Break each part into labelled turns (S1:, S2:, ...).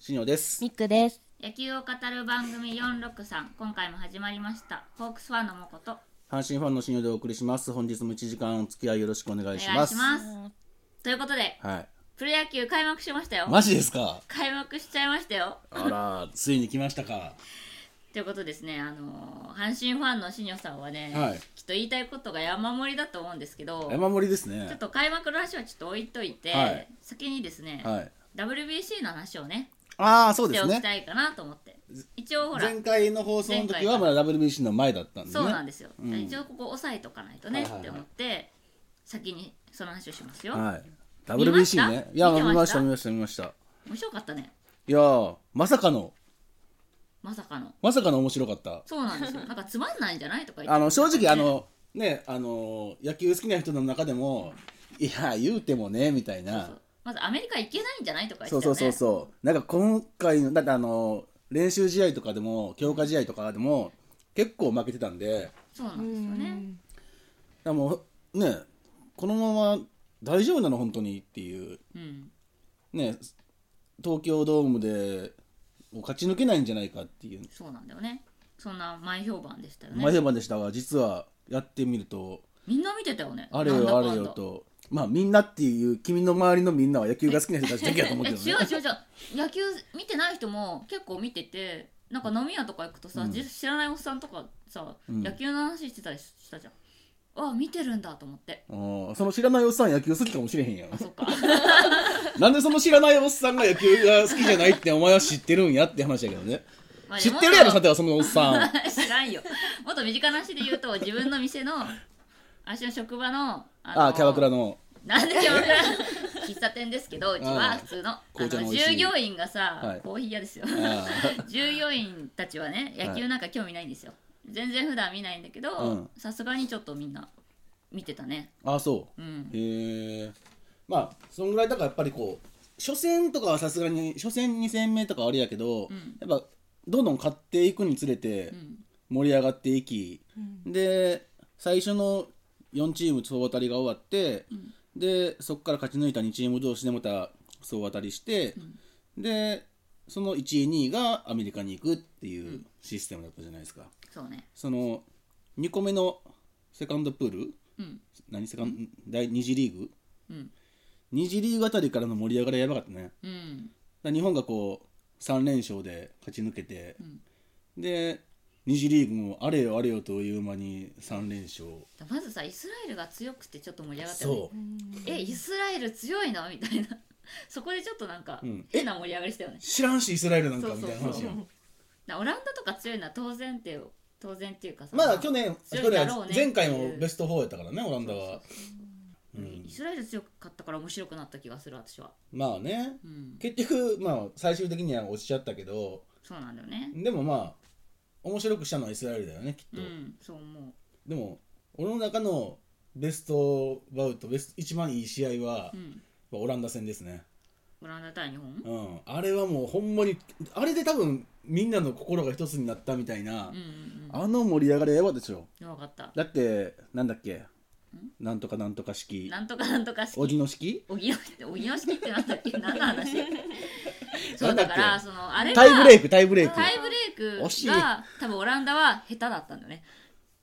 S1: しんです
S2: ミックです。
S3: 野球を語る番組463今回も始まりましたホークスファンのもこと
S1: 阪神ファンのしんでお送りします本日も1時間お付き合いよろしくお願
S3: お
S1: いし
S3: 願
S1: ま
S3: い
S1: す
S3: しますということで
S1: はい
S3: プロ野球開幕しましたよ
S1: マジですか
S3: 開幕しちゃいましたよ
S1: あらついに来ましたか
S3: ということですねあのー阪神ファンの新庄さんはね、
S1: はい
S3: きっと言いたいことが山盛りだと思うんですけど
S1: 山盛りです
S3: ちょっ
S1: ね
S3: と開幕の話はちょっと置いといて、
S1: はい
S3: 先にですね、
S1: はい
S3: WBC の話をね
S1: ああそう
S3: し
S1: で
S3: て
S1: す
S3: おき
S1: ね
S3: たいかなと思って一応ほら
S1: 前回の放送の時はまだ WBC の前だったんでね
S3: そうなんですすよ、
S1: うん
S3: 一応ここ押さえとかないとね
S1: はいはいはい
S3: って思って先にその話をしますよ、
S1: はい
S3: 見ました
S1: WBC ねいや見
S3: 見て
S1: ま
S3: ま
S1: し
S3: したた
S1: 見ました見ました
S3: 面白かったね
S1: いやーまさかの
S3: まさかの
S1: まさかの面白かった
S3: そうなん ですよなんかつまんないんじゃないとか言って
S1: あの正直あのねあの野球好きな人の中でもいや言うてもねみたい
S3: そう
S1: な
S3: そうまずアメリカ行けないんじゃないとか
S1: そ
S3: 言
S1: う
S3: って
S1: そ
S3: た
S1: う
S3: よ
S1: そう
S3: ね
S1: そうなんか今回のだってあの練習試合とかでも強化試合とかでも結構負けてたんでだか
S3: そうなんですよね
S1: らもうねこのまま大丈夫なの本当にっていう
S3: うん
S1: ね東京ドームでもう勝ち抜けないんじゃないかっていう
S3: そうなんだよねそんな前評判でしたよ
S1: 前
S3: ね
S1: 評判でしたが実はやってみると
S3: みんな見てたよね
S1: あれ
S3: なんだ
S1: よ
S3: か
S1: あ
S3: んだ
S1: れよとまあみんなっていう君の周りのみんなは野球が好きな人たちだけやと思う
S3: え
S1: け
S3: 違
S1: ど
S3: う
S1: ね
S3: 違う違う野球見てない人も結構見ててなんか飲み屋とか行くとさ、
S1: うん
S3: じ知らないおっさんとかさ、
S1: うん
S3: 野球の話してたりしたじゃんあ見てるんだと思って
S1: うんその知らないおっさん野球好きかもしれへんやん
S3: あそっ か
S1: なんでその知らないおっさんが野球が好きじゃないってお前は知ってるんやって話だけどね。
S3: まあ
S1: 知ってるやろ、
S3: も
S1: さ
S3: って
S1: はそのお っさん。
S3: と知らんよもっと身近な話で言うと自分の店の私の職場のあの
S1: あ、キャバクラの。
S3: なんでキャバクラ喫茶店ですけどうち
S1: あ
S3: は
S1: ー
S3: 普通のあ
S1: 紅茶の
S3: の
S1: 美味しい
S3: 従業員がさ、
S1: はい
S3: コーヒー屋ですよ
S1: あ
S3: 従業員たちはね野球なんか興味ないんですよ、全然普段見ないんだけ
S1: う
S3: ど
S1: ん
S3: さすがにちょっとみんな見てたね
S1: あ、あそうう。
S3: ん
S1: へえ。まあ、そんぐらいだからやっぱりこう、初戦とかはさすがに、初戦2戦目とかはあれやけど、
S3: ん
S1: やっぱ、どんどん勝っていくにつれて
S3: うん
S1: 盛り上がっていき、で、最初の4チーム総当たりが終わって、
S3: うん
S1: で、そこから勝ち抜いた2チーム同士でまた総当たりして、
S3: うん
S1: でその1位2位がアメリカに行くっていうシステムだったじゃないですか、
S3: そうね
S1: その2個目のセカンドプール
S3: うん
S1: 何セカン、第2次リーグ
S3: うん
S1: 2次リーグあたりからの盛り上がりはやばかったねだか
S3: うん
S1: ら日本がこう3連勝で勝ち抜けて
S3: う、ん
S1: で2次リーグもあれよあれよという間に3連勝
S3: まずさイスラエルが強くてちょっと盛り上がったよね
S1: そう、
S3: えイスラエル強いのみたいな そこでちょっとなんか
S1: うん
S3: 変な盛り上がりしたよね、
S1: 知らんしイスラエルなんか
S3: そう
S1: み
S3: そう
S1: たいな話やん
S3: なオランダとか強いのは当然ってよ当然っていうかさ
S1: まあ去年
S3: 強
S1: 去
S3: いだ
S1: 年
S3: ろうね
S1: 前回もベスト4やったからねオランダは
S3: うん
S1: うん
S3: イスラエル強かったから面白くなった気がする私は
S1: まあね
S3: うん
S1: 結局まあ最終的には落ちちゃったけど
S3: そうなんだよね
S1: でもまあ面白くしたのはイスラエルだよねきっ
S3: う
S1: と、
S3: んそう思
S1: でも俺の中のベストバウトベスト一番いい試合は
S3: う、う、ん、
S1: まあオランダ戦ですね、
S3: オランダ対日本
S1: うん、あれはもうほんまにあれで多分みんなの心が一つになったみたいな、
S3: うんうん
S1: あの盛り上がりはやばかったでしょ
S3: うん分かった
S1: だってなんだっけなんとかなんとか式
S3: なんとかなんとか式
S1: おじの式
S3: おぎのおぎの式ってなんだっけ何の話そ
S1: な
S3: うん
S1: だっ
S3: だ
S1: け
S3: からそのあれが
S1: タイブレイクタイブレイク
S3: タイブレイク
S1: 惜しい
S3: が多分オランダは下手だったんだね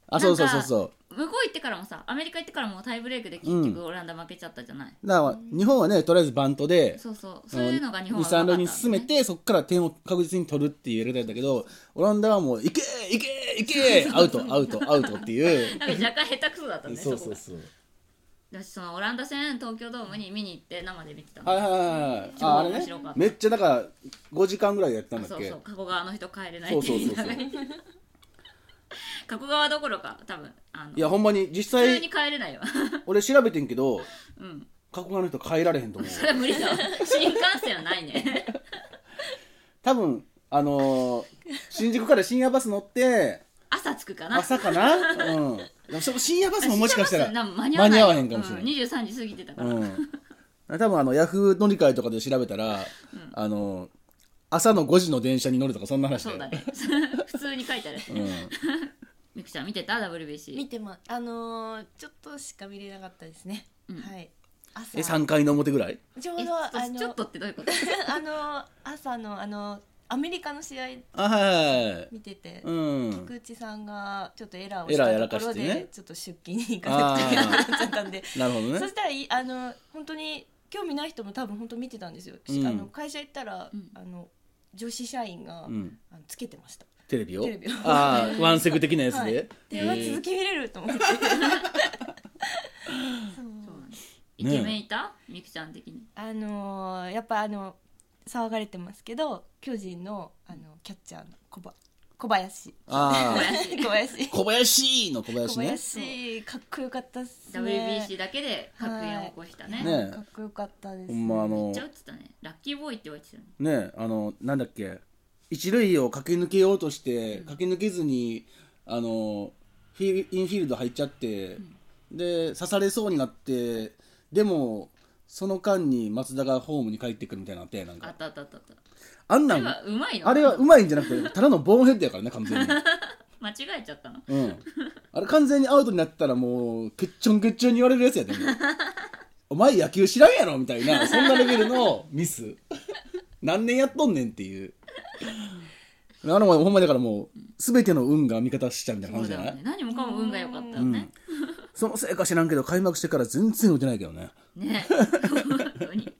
S1: あそうそうそうそう
S3: 向こう行ってからもさアメリカ行ってからもタイブレイクで結
S1: う
S3: 局オランダ負けちゃったじゃない、
S1: だから日本はねとりあえずバントで
S3: そうそうそういうのが日本は
S1: 二三塁に進め
S3: 上手か
S1: てそこから点を確実に取るっていうやり方だけどオランダはもう「いけいけいけアウトアウトアウト」っていう
S3: ったんだねなんか若干下手く そだったね
S1: そう
S3: そ
S1: そ
S3: こ
S1: う
S3: が
S1: そう
S3: 私そのオランダ戦東京ドームに見に行って生で見てたの
S1: はいはいはいはい
S3: 超
S1: ああれ
S3: 面
S1: ね
S3: 白かった
S1: めっちゃだから5時間ぐらいやってたんだ
S3: そ
S1: っ
S3: う
S1: け
S3: そう加古川の人帰れない
S1: そう
S3: って
S1: そう
S3: 言
S1: そ
S3: い
S1: うそ
S3: な
S1: う
S3: が ら加古川どころか多分あの
S1: いやほんまに実
S3: 普通に
S1: 際
S3: 帰れないわ
S1: 俺調べてんけど
S3: うん
S1: 過去の人帰られへんと思う
S3: それは無理だわ新幹線はない ね
S1: 多分あのー新宿から深夜バス 乗って
S3: 朝着くかな
S1: 朝かなうんでもその深夜バスももしかしたら
S3: 新幹線間に合
S1: 間
S3: わ
S1: に
S3: ない
S1: 合わへんかもしれない
S3: うん、23時過ぎてたから、
S1: うん、多分あのヤフー乗り換えとかで調べたら、あの朝の5時の電車に乗るとかそんな話
S3: そうだね 普通に書いてある
S1: うん、
S3: みくちゃん見てた WBC
S2: 見てもあのーちょっとしか見れなかったですね。
S3: うん
S2: はい。
S1: え
S2: 朝
S1: 3回の表ぐらい
S2: ちょう
S3: えち
S2: ど
S3: ょ
S2: あ
S3: っとちょ
S2: の
S3: っとってどういうこと
S2: あの朝のあのアメリカの試合
S1: あはいはいはい
S2: 見てて、
S1: うん
S2: 菊池さんがちょっとエラーを
S1: エ
S2: し
S1: ラー
S2: た
S1: やら
S2: と
S1: か
S2: こ
S1: し
S2: ろ
S1: て
S2: で、
S1: ね
S2: ちょっと出勤に行かなくて
S1: あー
S2: なっちゃったん で、
S1: なるほど
S2: そ
S1: ね
S2: したらいあの本当に興味ない人も多分本当見てたんですよ、
S1: うん
S2: あの会社行ったら、
S3: うん
S2: あの女子社員が、
S1: うん
S2: あのつけてました
S1: テレビを
S2: テレビを
S1: ああワンセグ的なやつ
S2: はい
S1: で、
S2: で、
S1: へー
S2: 続き見れると思って
S3: そう
S2: そう
S3: なんですイケメンいたみくちゃん的に
S2: あのーやっぱあの騒がれてますけど巨人のあのキャッチャーの小ば小林
S1: ああ
S2: 小 林
S1: 小林の小林
S2: 小
S1: ね
S2: 林かっこよかったっすね
S3: WBC だけで格言を起こしたね
S1: ね
S2: はいかっこよかったです
S1: ほんまあ
S3: め
S1: の
S3: っちゃ打ってたねラッキーボーイって言われてたね
S1: ねあのなんだっけ一塁を駆け抜けようとして、駆け抜けずにあのフィールインフィールド入っちゃって、で刺されそうになってでもその間に松田がホームに帰ってくるみたいなのあってなん
S3: あ
S1: か
S3: ったあったあったあった
S1: あん
S3: あれ
S1: なん
S3: はうまいの
S1: あれはうまいんじゃなくてただのボーンヘッドやからね完全に、
S3: 間違えちゃったの
S1: うん、あれ完全にアウトになったらもうくっちょんくっちょんに言われるやつや でもうお前野球知らんやろみたいなそんなレベルのミス何年やっとんねんっていうあのほんまにだからもう全ての運が味方しちゃうみたいな
S3: そう
S1: 感じじ
S3: だ
S1: ゃ
S3: よ
S1: ない
S3: ね何もかも運が良かったよね
S1: そのせいか知らんけど開幕してから全然打てないけどね
S3: ね 本当に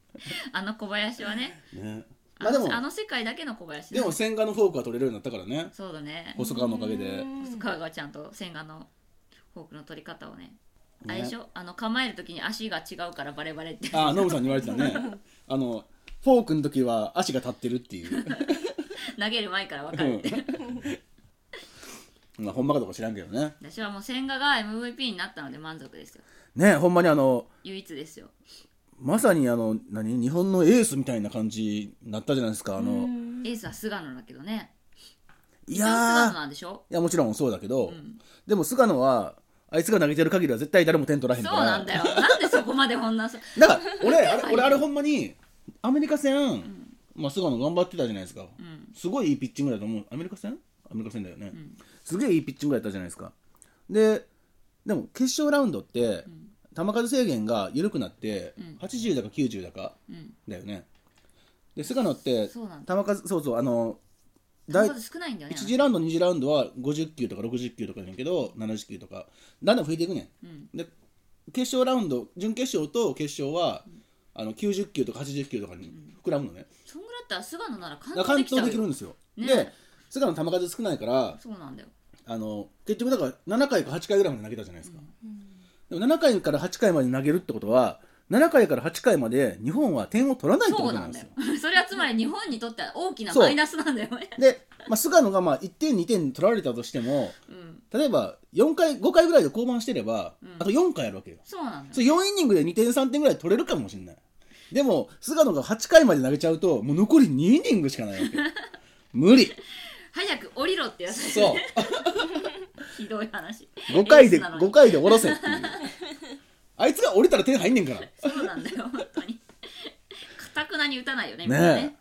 S3: あの小林はね
S1: ね
S3: あ
S1: まあでも
S3: のあの世界だけの小林
S1: で
S3: だ
S1: も千賀のフォークは取れるようになったからね
S3: そうだね
S1: 細川のおかげで
S2: うん
S3: 細川がちゃんと千賀のフォークの取り方をね
S1: ね
S3: 相性あの構える時に足が違うからバレバレって
S1: ああノブさんに言われてたねあのフォークの時は足が立ってるっていう
S3: 投げる前から分かるって、
S1: まあほん まかどうか知らんけどね
S3: 私はもう千賀が MVP になったので満足ですよ
S1: ねほんまにあの
S3: 唯一ですよ
S1: まさにあの何日本のエースみたいな感じになったじゃないですかあの、
S2: うん
S3: エースは菅野だけどね
S1: い
S3: 一応菅野
S1: やー
S3: なんでしょ
S1: いやもちろんそうだけど、
S3: ん
S1: でも菅野はあいつが投げてる限りは絶対誰も点取らへん
S3: そ
S1: か
S3: う
S1: ら
S3: なんだよなんでそこまでこん なさ
S1: だから俺あれ俺あれほんまにアメリカ戦、まあ、菅野頑張ってたじゃないですか、
S3: ん
S1: すごいいいピッチングだと思うアメリカ戦アメリカ戦だよね、
S3: ん
S1: すげえいいピッチングやったじゃないですかででも決勝ラウンドって、球数制限が緩くなって、
S3: ん
S1: 80だか90だか
S3: うん
S1: だよねで菅野って球
S3: そうなん
S1: 数そうそうあの
S3: 球
S1: 第
S3: 数少ないんだよね
S1: 1次ラウンド2次ラウンドは50球とか60球とかやねんけど70球とかだんだん増えていくねん
S3: うん
S1: で決勝ラウンド準決勝と決勝は、あの90球とか80球とかに膨らむのね、
S3: そんぐらいだったら菅野なら完投
S1: だか
S3: で
S1: ら完
S3: きち
S1: 投
S3: ゃう
S1: できる
S3: よ
S1: んですよ、
S3: ね
S1: で菅野球数少ないから
S3: そうなんだよ
S1: あの結局だから7回か8回ぐらいまで投げたじゃないですか、でも7回から8回まで投げるってことは7回から8回まで日本は点を取らないってこ
S3: そう
S1: と
S3: な
S1: なん
S3: ん
S1: で
S3: だ
S1: す
S3: よ
S1: よ
S3: それはつまり日本にとっては大きなマイナスなんだよね
S1: で、まあ、菅野がまあ1点2点取られたとしても
S3: うん
S1: 例えば4回5回ぐらいで降板してれば、
S3: うん
S1: あと4回あるわけよ
S3: そうなんだ
S1: そ
S3: よ
S1: れ4イニングで2点3点ぐらい取れるかもしれないでも菅野が8回まで投げちゃうともう残り2イニングしかないわけ 無理
S3: 早く降りろってやつ
S1: そう
S3: ひどい話
S1: 5回で
S3: エースなのに
S1: 5回で下ろせって いうあいつが降りたら点入んねんから
S3: そうなんだよ本当にかたくなに打たないよねみんな
S1: ね
S3: ね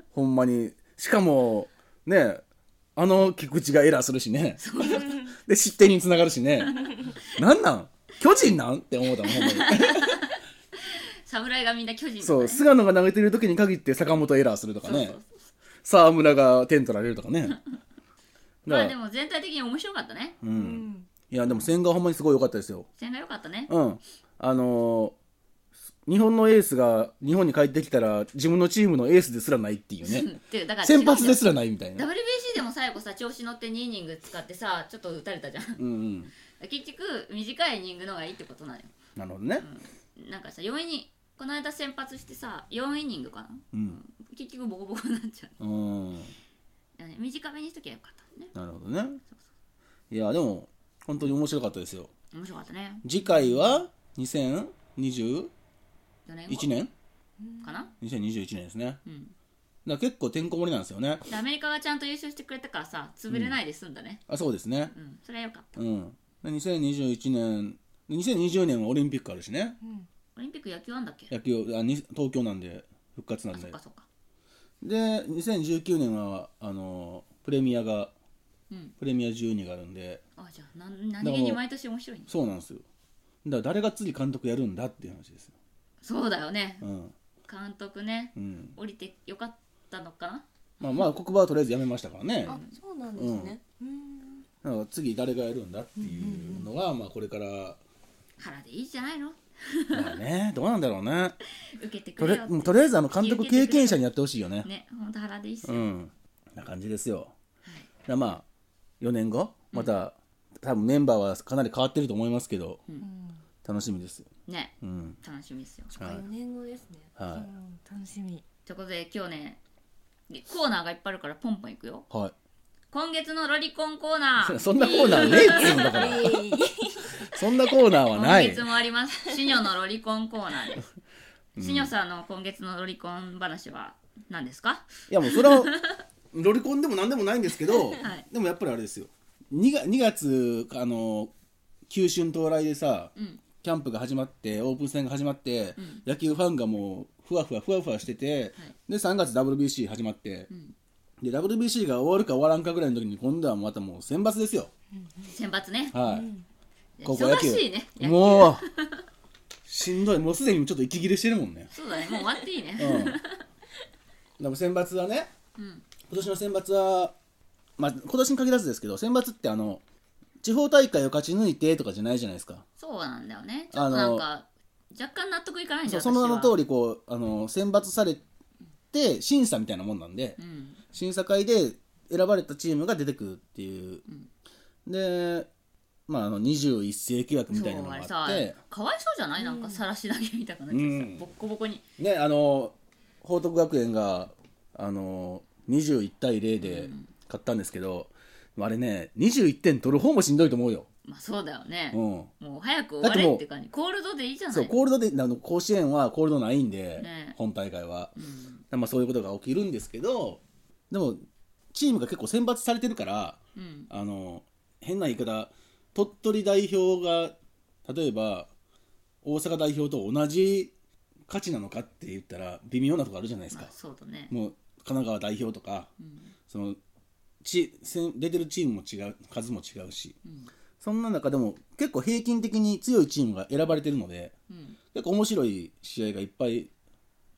S1: えほんまにしかもねえあの菊池がエラーするしねで失点につながるしねなんなん巨人なんって思ったもんほんまに
S3: 侍がみんな巨人とかね
S1: そう菅野が投げてる時に限って坂本エラーするとか
S3: そう
S1: ね
S3: そうそう
S1: 沢村が点取られるとかね
S3: まあでも全体的に面白かったね
S1: う
S2: うんん
S1: いやでも千賀はほんまにすごい良かったですよ。
S3: 線が良かったね
S1: うん。あのー日本のエースが日本に帰ってきたら自分のチームのエースですらないっていう
S3: うんっ
S1: ね。
S3: ていうだから
S1: 先発
S3: 違う
S1: で
S3: ん
S1: すらないみたい
S3: だよ
S1: な。
S3: WBC でも最後さ調子乗って2イニング使ってさちょっと打たれたじゃん
S1: うんうん。
S3: 結局短いイニングの方がいいってことなのよ
S1: なるほどね。
S3: なんかさ4イニングこの間先発してさ4イニングかな
S1: うん。
S3: 結局ボコボコになっちゃう
S1: うん。
S3: だからね短めにしときゃよかったね
S1: なるほどね。いやでも本当に面白かったですよ。
S3: 面白かったね
S1: 次回は2021
S3: 4年後
S1: 年
S3: かな
S1: ?2021 年ですね。だか
S3: うん
S1: ら結構てんこ盛りなんですよね。
S3: でアメリカがちゃんと優勝してくれたからさ潰れないで済んだね
S1: あ、そうですね。
S3: うん、それはよかった
S1: うん。で2021年、2020年はオリンピックあるしね。
S2: うん
S3: オリンピック野球あんだっけ
S1: 野球あに東京なんで復活な
S3: あ
S1: ん
S3: そっ
S1: で
S3: かそっか
S1: で2019年はあのプレミアが
S3: うん
S1: プレミア12があるんで
S3: あじゃあなん何気に毎年面白いね
S1: そうなんですよだから誰が次監督やるんだっていう話ですよ
S3: そうだよね
S1: うん
S3: 監督ね
S1: うん
S3: 降りてよかったのかな
S1: まあまあ黒板はとりあえずやめましたからね
S2: あそうなんですねうん
S1: だから次誰がやるんだっていうのがまあこれから
S3: 原でいいじゃないの
S1: まあねどうなんだろう ね
S3: 受けてく
S1: と
S3: れ
S1: り
S3: よ
S1: もうとりあえずあの監督経験者にやってほしいよね
S3: ね本当原でいいっす
S1: う
S3: よ、
S1: んな感じですよ、だからまあ4年後また、多分メンバーはかなり変わってると思いますけど
S2: うん
S1: 楽しみです
S3: ね
S1: うん
S3: 楽しみですよ
S2: そっか
S1: はい
S2: 4年後ですね
S1: はい
S2: うん楽しみ
S3: ということで今日ねコーナーがいっぱいあるからポンポンいくよ
S1: は
S3: 今月のロリコンコーナ
S1: い
S3: ー
S1: そんなコーナーねえっつうんだ から
S2: えい
S1: そんなコーナーはな
S3: 今
S1: い
S3: 月もあります シニョのロリコンコーナーですシニョさんの今月のロリコン話は何ですか
S1: いやもうそれは ロリコンでも何でもないんですけど、
S3: い
S1: でもやっぱりあれですよ 2, が2月あの急春到来でさ
S3: うん
S1: キャンプが始まってオープン戦が始まって、
S3: ん
S1: 野球ファンがもうふわふわふわふわしてて、で3月 WBC 始まって、
S3: ん
S1: で WBC が終わるか終わらんかぐらいの時に今度はまたもう選抜ですよ、
S3: 選抜ね
S1: はい、高校野
S3: 忙
S1: 球
S3: しいねいや
S1: もうしんどいもうすでにちょっと息切れしてるもんね
S3: そうだねもう終わっていいね
S1: うんでも選抜はね
S3: うん
S1: 今年の選抜は、まあ、今年に限らずですけど選抜ってあの地方大会を勝ち抜いてとかじゃないじゃないですか
S3: そうなんだよねちょっとなんか若干納得いかないんだ
S1: そう
S3: よ
S1: その名の通
S3: り
S1: りこうあの選抜されて審査みたいなもんなんで、
S3: うん
S1: 審査会で選ばれたチームが出てくるっていう、で、まあ、あの21世紀枠み
S3: そ
S1: たいな
S3: う
S1: の
S3: あ
S1: が
S3: れ
S1: あ
S3: さ
S1: って
S3: かわいそうじゃないなんかさらしだけみたいな感じでさ
S1: うん
S3: ボッコボコに
S1: ねあの報徳学園があの21対0で勝ったんですけど、あれね21点取る方もしんどいと思うよ。
S3: まあそうだよね
S1: うん
S3: もう早く終わ
S1: だっても
S3: れ
S1: う
S3: って感じコールドでいいじゃない
S1: そうコールドであの甲子園はコールドないんで、
S3: ね
S1: 本大会は、
S3: うん
S1: まあ、そういうことが起きるんですけどでもチームが結構選抜されてるから
S3: うん
S1: あの変な言い方鳥取代表が例えば大阪代表と同じ価値なのかって言ったら微妙なとこあるじゃないです
S3: ま
S1: か
S3: あ、そうだね
S1: もう神奈川代表とか
S3: うん
S1: そのち戦出てるチームも違う数も違うし
S3: うん
S1: そんな中でも結構平均的に強いチームが選ばれてるので。
S3: うん
S1: 結構面白い試合がいっぱい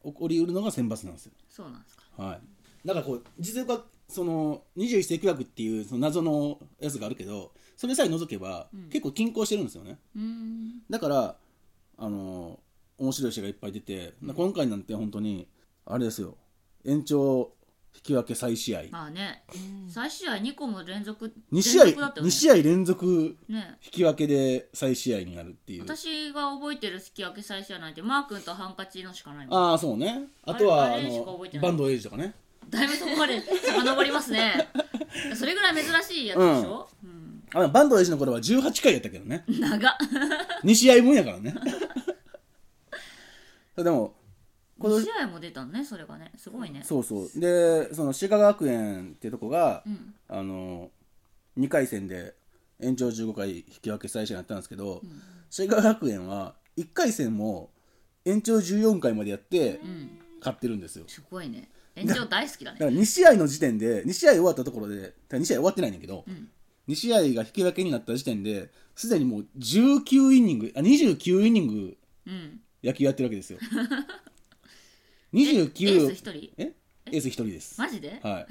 S1: 起こりうるのが選抜なんですよ。
S3: そうなんですか
S1: はい、なんかこう実力はその21世紀枠っていうその謎のやつがあるけどそれさえ除けば、
S3: ん
S1: 結構均衡してるんですよね
S3: うん
S1: だからあの面白い試合がいっぱい出て、な今回なんて本当にあれですよ延長引き分け再試合、
S3: まあね最試合2個も連続
S1: 2試合
S3: 連続だったよ
S1: 2
S3: ね
S1: 試合連続
S3: ね
S1: 引き分けで再試合になるっていう
S3: 私が覚えてるすき分け最試合なんてマー君とハンカチのしかないもん
S1: ああそうねあとは
S3: あ
S1: あ
S3: れあれしか
S1: の
S3: 覚えてない
S1: バンドエイジとかね
S3: だいぶそこまで遡ります ねそれぐらい珍しいやつでしょ、うん
S1: あバンドエイジの頃は18回やったけどね
S3: 長っ
S1: 2試合分やか らねでも今
S3: 2
S1: 年
S3: 試合も出たのねそれがねすごいね
S1: そうそうでその滋賀学園ってとこが、
S3: ん
S1: あの2回戦で延長15回引き分け最初になったんですけど、滋賀学園は1回戦も延長14回までやって
S3: うん
S1: 勝ってるんですよ
S3: すごいね延長大好きだ
S1: だか
S3: ね
S1: ら2試合の時点で2試合終わったところでだから2試合終わってないんだけど、
S3: ん
S1: 2試合が引き分けになった時点ですでにもう19イニングあ29イニング
S3: うん
S1: 野球やってるわけで すよ。
S3: エース
S1: 29
S3: 1人
S1: えエース一人です。
S3: マジで
S1: は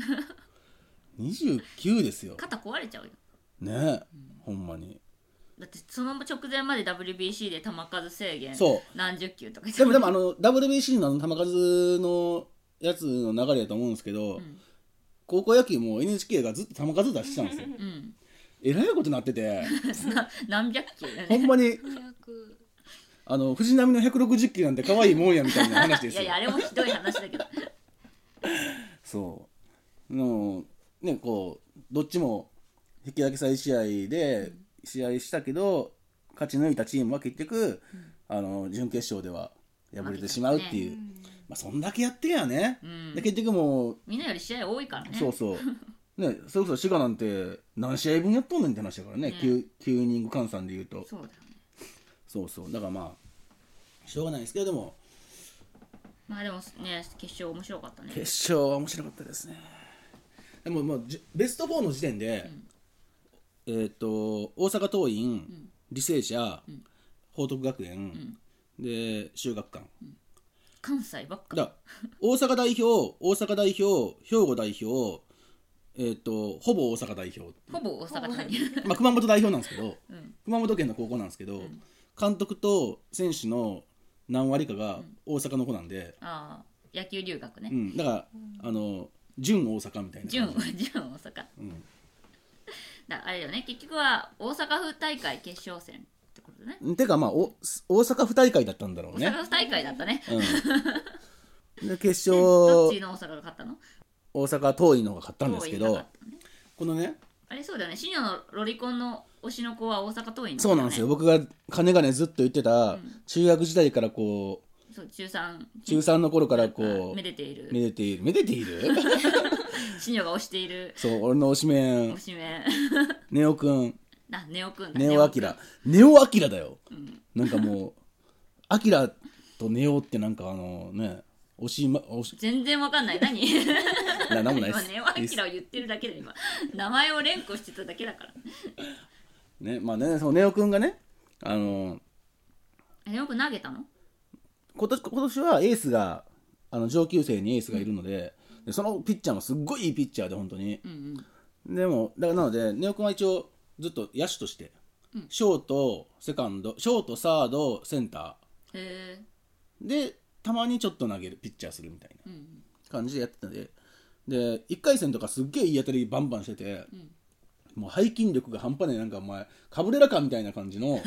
S1: い。29ですよ。
S3: 肩壊れちゃうよ
S1: ねえ、ほんまに。
S3: だってその直前まで WBC で球数制限
S1: そ
S3: 何十球とか言って
S1: でもでもあの WBC のあの球数のやつの流れだと思うんですけど、
S3: ん
S1: 高校野球も NHK がずっと球数出してたんです よ。
S3: うん
S1: えらいことになっ てて、
S3: な何百球だ
S1: ほ
S3: ね
S1: んまに
S2: 200
S1: あの藤浪の160キロなんて可愛いもんやみたいな話で
S3: い
S1: すよ
S3: や い。やあれもひどい話だけど
S1: そうのねこうどっちも引き分け再試合で試合したけど、勝ち抜いたチームは結局、あの準決勝では敗れてしまうっていう、まあ、そんだけやってりゃね、
S3: うん
S1: で結局もう、
S3: みんなより試合多いからね
S1: そうそうねそれこそ滋賀なんて何試合分やっとんねんって話だからね、
S3: ね
S1: 9, 9イニング換算でいうと
S3: そうだよね
S1: そうそうだからまあしょうがないですけどでも
S3: まあでもね決勝面白かったね
S1: 決勝は面白かったですねでももうじベスト4の時点で、えっ、と大阪桐蔭、履正社、報徳学園、で修学館
S3: 関西ばっか
S1: だから大阪代表大阪代表兵庫代表えっ、とほぼ大阪代表、
S3: ほぼ大阪だね
S1: まあ、熊本代表なんですけど
S3: うん
S1: 熊本県の高校なんですけど、監督と選手の何割かが大阪の子なんで、
S3: ああ野球留学
S1: う
S3: ね
S1: ん、だから、あの準大阪みたいな感じ
S3: 準は準大阪
S1: うん
S3: だあれだよね結局は大阪府大会決勝戦ってことだね
S1: てかまあお大阪府大会だったんだろう
S3: 大
S1: ね
S3: 阪、府大会だったね
S1: うん、 で決
S3: どっち
S1: 勝
S3: の大阪が勝ったの
S1: 大阪遠いのが勝ったんです
S3: 遠
S1: け
S3: い
S1: ど
S3: が勝ったね
S1: このね
S3: あれそうだよねシニアのロリコンの推しの子は大阪桐蔭
S1: そうなんですよ僕が金がねずっと言ってた、
S3: ん
S1: 中学時代からこう
S3: そう中3
S1: 中3の頃からこう
S3: めでてい
S1: め
S3: る
S1: でているめでている
S3: シニアが推している
S1: そう俺の推しメン
S3: 推しめ
S1: ネオくん
S3: なネオくんだ
S1: ネオアキラネオアキラだよ、なんかもうアキラとネオってなんかあのね推し,、ま、推し
S3: 全然わかんない何
S1: ななんもない で
S3: 今
S1: す
S3: ネオアキラを言ってるだけで今名前を連呼してただけだから
S1: ねまあねそのネオくんがねあの
S3: えネオくん投げたの
S1: 今年今年はエースがあの上級生にエースがいるので,、でそのピッチャーもすっごいいいピッチャーで本当に
S3: うんうん
S1: でもだからなのでネオ君は一応ずっと野手として、
S3: うん
S1: ショートセカンドショートサードセンタ
S3: へえ
S1: ーでたまにちょっと投げるピッチャーするみたいな
S3: うん
S1: 感じでやってたのでで1回戦とかすっげえいい当たりバンバンしてて、
S3: ん
S1: もう背筋力が半端ないなんかお前カブレラかみたいな感じ の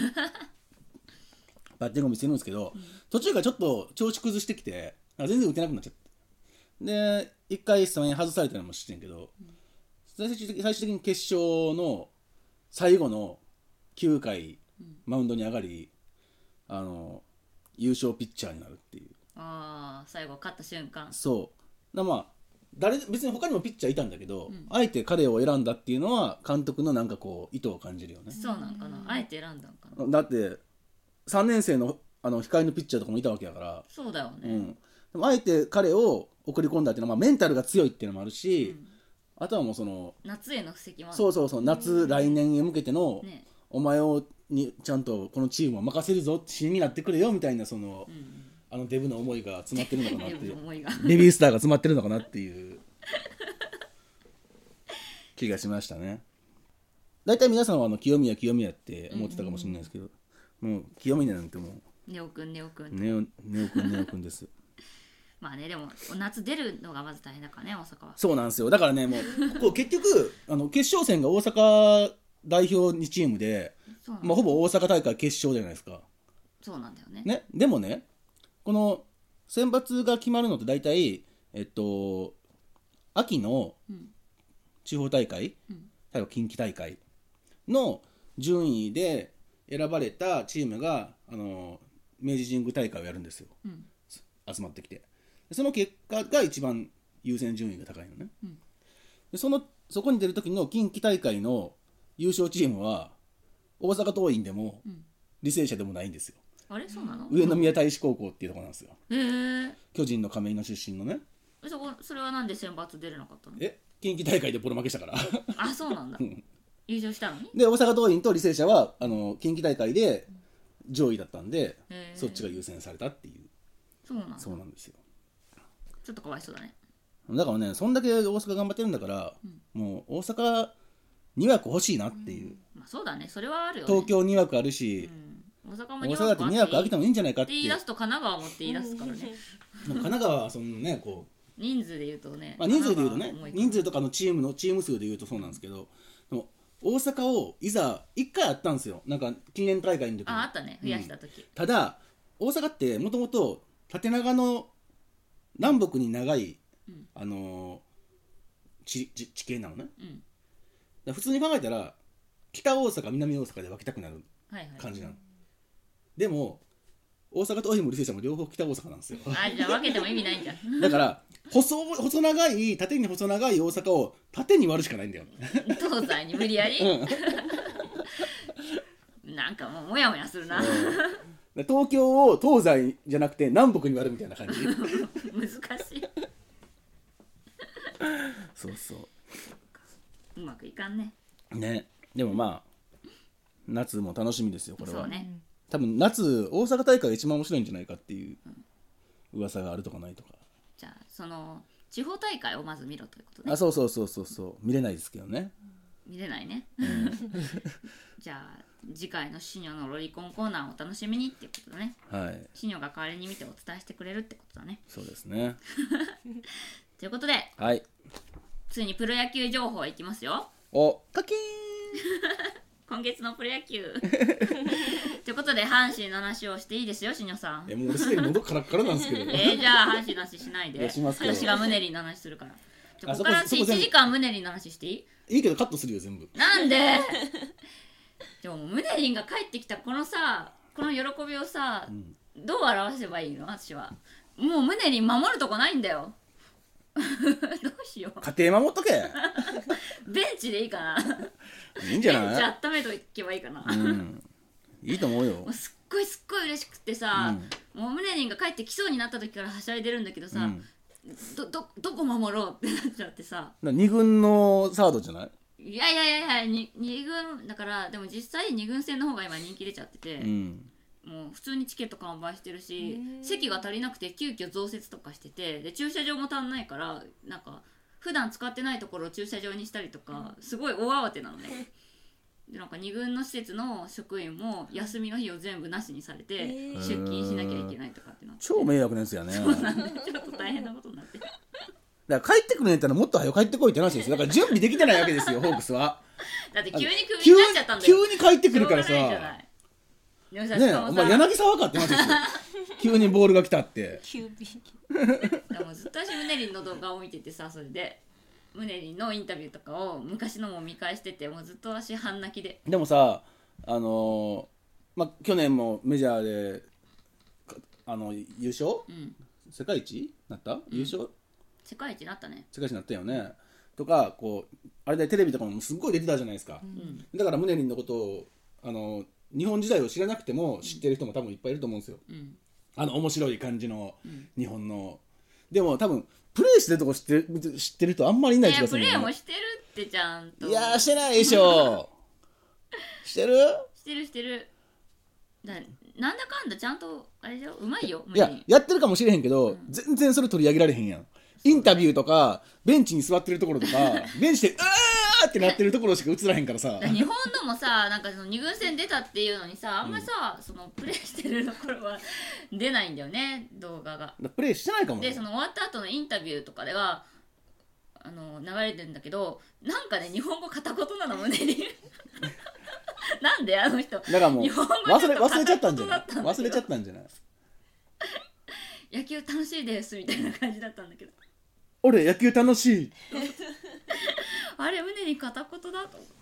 S1: バッティングを見せるんですけど、途中からちょっと調子崩してきてなんか全然打てなくなっちゃってで1回スタメン外されたりもしてんけど、最終的最終的に決勝の最後の9回マウンドに上がり、あの優勝ピッチャーになるっていう
S3: ああ最後勝った瞬間
S1: そうだからまあ誰別に他にもピッチャーいたんだけど、あえて彼を選んだっていうのは監督のなんかこう意図を感じるよね
S3: そうなんかなあえて選んだんかな
S1: だって3年生のあの控えのピッチャーとかもいたわけだから、
S3: そうだよ
S1: う
S3: ね
S1: ん、でもあえて彼を送り込んだっていうのは、まあ、メンタルが強いっていうのもあるし、あとはもうその
S3: 夏への布石もある
S1: そうそうそう夏来年へ向けての、
S3: ね
S1: お前をにちゃんとこのチームを任せるぞ死になってくれよみたいなその、
S3: うん
S1: あのデブの思いが詰まってるのかなって
S3: 全
S1: い
S3: 部
S1: う
S3: 思いが
S1: ベビースターが詰まってるのかなっていう気がしましたね。大体皆さんはあの清宮清宮って思ってたかもしれないですけど、もう清宮なんてもう
S3: ネオくんネオくん
S1: ネオネオくんネオくんです。
S3: まあねでも夏出るのがまず大変だからね大阪は
S1: そうなんですよだからねもうこう結局あの決勝戦が大阪代表2チームで、
S3: そうなん,、
S1: まあ、ほぼ大阪大会決勝じゃないですか。
S3: そうなんだよね
S1: ね、でもねこの選抜が決まるのって大体えっと秋の
S3: うん
S1: 地方大会、
S3: うん
S1: 例えば近畿大会の順位で選ばれたチームがあの明治神宮大会をやるんですよ
S3: うん
S1: 集まってきてでその結果が一番優先順位が高いのね、
S3: うん
S1: でそのそこに出る時の近畿大会の優勝チームは大阪桐蔭でも
S3: うん
S1: 履正社でもないんですよ
S3: あれそうなの
S1: 上宮大使高校っていうところなんですよ
S3: へえ
S1: 巨人の亀井の出身のね
S3: そこそれはなんで選抜出れなかったの
S1: え近畿大会でボロ負けしたから
S3: あそうなんだ優勝したのに
S1: で大阪桐蔭と履正社はあの近畿大会で上位だったんで
S3: へー
S1: そっちが優先されたっていう
S3: そうなんだ
S1: そうなんですよ
S3: ちょっとかわいそうだね
S1: だからねそんだけ大阪頑張ってるんだから、もう大阪2枠欲しいなっていう、
S3: まあそうだねそれはあるよね
S1: 東京2枠ある
S3: う
S1: し、
S3: ん大阪も
S1: 大
S3: 2
S1: 阪
S3: 枠
S1: だって2枠
S3: あ
S1: 空
S3: って
S1: けてもいいんじゃないかって
S3: 言い出すと神奈川もって言い出すからね
S1: 神奈川はそのねこう
S3: 人数で言うとね、
S1: まあ、人数で言うと
S3: 神
S1: ね
S3: 奈川は多いから
S1: 人数とかのチームのチーム数で言うとそうなんですけど、でも大阪をいざ1回あったんですよなんか記念大会の時に
S3: ああったね増やした時、
S1: ただ大阪ってもともと縦長の南北に長い、
S3: うん
S1: あのー地地地形なのねだか
S3: うん
S1: ら普通に考えたら北大阪南大阪で分けたくなる
S3: はいはい
S1: 感じなの、でも大阪と愛媛も履正社も両方北大阪なんですよ
S3: あじゃあ分けても意味ないんじゃ ん
S1: だから細細長い縦に細長い大阪を縦に割るしかないんだよ
S3: 東西に無理やり、 なんかもうモヤモヤするな
S1: で東京を東西じゃなくて南北に割るみたいな感じ
S3: 難しい
S1: そうそう
S3: うまくいかんね
S1: ねでもまあ夏も楽しみですよこれは
S3: そうね
S1: 多分夏大阪大会が一番面白いんじゃないかっていう噂があるとかないとか
S3: じゃあその地方大会をまず見ろということね
S1: あそうそうそうそうそう見れないですけどね
S3: 見れないねじゃあ次回の「シニョのロリコンコーナー」をお楽しみにっていうことだね
S1: はい
S3: シニョが代わりに見てお伝えしてくれるってことだね
S1: そうですね
S3: ということで
S1: はい
S3: ついにプロ野球情報いきますよ
S1: おカキー
S3: 今月のプロ野球 ということで阪神の話をしていいですよシニョさ
S1: ン
S3: ん
S1: いやもう俺すでに喉カラッカラなんですけど
S3: えー、じゃあ阪神の話しない
S1: い
S3: で
S1: やしますけど
S3: 私がムネリンの話するからじゃあ
S1: あ
S3: ここ
S1: そこ
S3: から
S1: そこ
S3: 1
S1: 全部
S3: 時間ムネリンの話していい
S1: いいけどカットするよ全部
S3: なんででもムネリンが帰ってきたこのさこの喜びをさ、
S1: ん
S3: どう表せばいいの私はもうムネリン守るとこないんだよ どうしよ
S1: 家庭守っとけ
S3: うベンチでいいかない
S1: いんじ
S3: ベン
S1: ゃない
S3: チ温めとけばいいかな、
S1: う
S3: も
S1: んいいと思うよ
S3: うすっごいすっごい嬉しくってさ、もうムネリンが帰ってきそうになった時からはしゃいでるんだけどさ、
S1: うん
S3: どどどこ守ろうってなっちゃってさ
S1: 2軍のサードじゃない
S3: いやいやいやいやに二軍だからでも実際二軍戦の方が今人気出ちゃってて、
S1: うん
S3: もう普通にチケット完売してるし
S2: へー
S3: 席が足りなくて急遽増設とかしててで駐車場も足んないからなんか普段使ってないところを駐車場にしたりとかすごい大慌てなの ね。でなんか2軍の施設の職員も休みの日を全部なしにされて
S2: へ
S3: 出
S2: ー
S3: 勤しなきゃいけないとかってなって
S1: 超迷惑なやつやね
S3: なんでちょっと大変なことになって
S1: だから帰ってくるんやったらもっと早く帰ってこいって話ですよだから準備できてないわ けですよホークスは
S3: だって急にクビ
S1: 急
S3: にな
S1: に
S3: っちゃったんだ
S1: 急
S3: よ
S1: に帰ってくるから
S3: し
S1: さ
S3: ょうがないじゃ
S1: ね
S3: ないでもさし
S1: え
S3: かも
S1: お
S3: さ
S1: 前柳沢かって話 ですよ急にボールが来たって
S2: 急便
S3: でもずっと私ムネリンの動画を見ててさそれでムネリンのインタビューとかを昔のも見返しててもうずっと私半泣きで
S1: でもさあのーまあ去年もメジャーでかあの優勝
S3: うん
S1: 世界一なった優勝、
S3: 世界一になったね
S1: 世界一になったよねとかこうあれだよテレビとかもすっごい出てたじゃないですか、
S3: うん
S1: だからムネリンのことをあの日本時代を知らなくても知ってる人も多分いっぱいいると思うんですよ
S3: うん
S1: あの面白い感じの
S3: ん
S1: 日本の、でも多分プレーしてるとこ知ってる知ってる人あんまりいない
S3: い
S1: 気
S3: や
S1: がす
S3: プ
S1: る
S3: レーも
S1: ね、
S3: してるってちゃんと
S1: いやーしてないでしょしてる
S3: してるしてるだなんだかんだちゃんとあれだようまいよム
S1: い
S3: ネ
S1: や
S3: リン
S1: やってるかもしれへんけど、全然それ取り上げられへんやんインタビューとかベンチに座ってるとこ ろとかベンチで「うわ!」ってなってるところしか映らへんからさ
S3: だ日本のもさなんかその二軍戦出たっていうのにさあんまさ、そのプレーしてるところは出ないんだよね動画が
S1: プレーしてないかもね
S3: でその終わった後のインタビューとかではあの流れてるんだけどなんかね日本語片言なの胸 になんであの人
S1: だからもう
S3: 日本語ちょっと
S1: 忘れ忘れちゃったんじゃない
S3: 片言だったんだけど
S1: 忘れちゃったんじゃない
S3: 野球楽しいですみたいな感じだったんだけど
S1: 俺野球楽しい、
S3: あれ胸に片言だと思って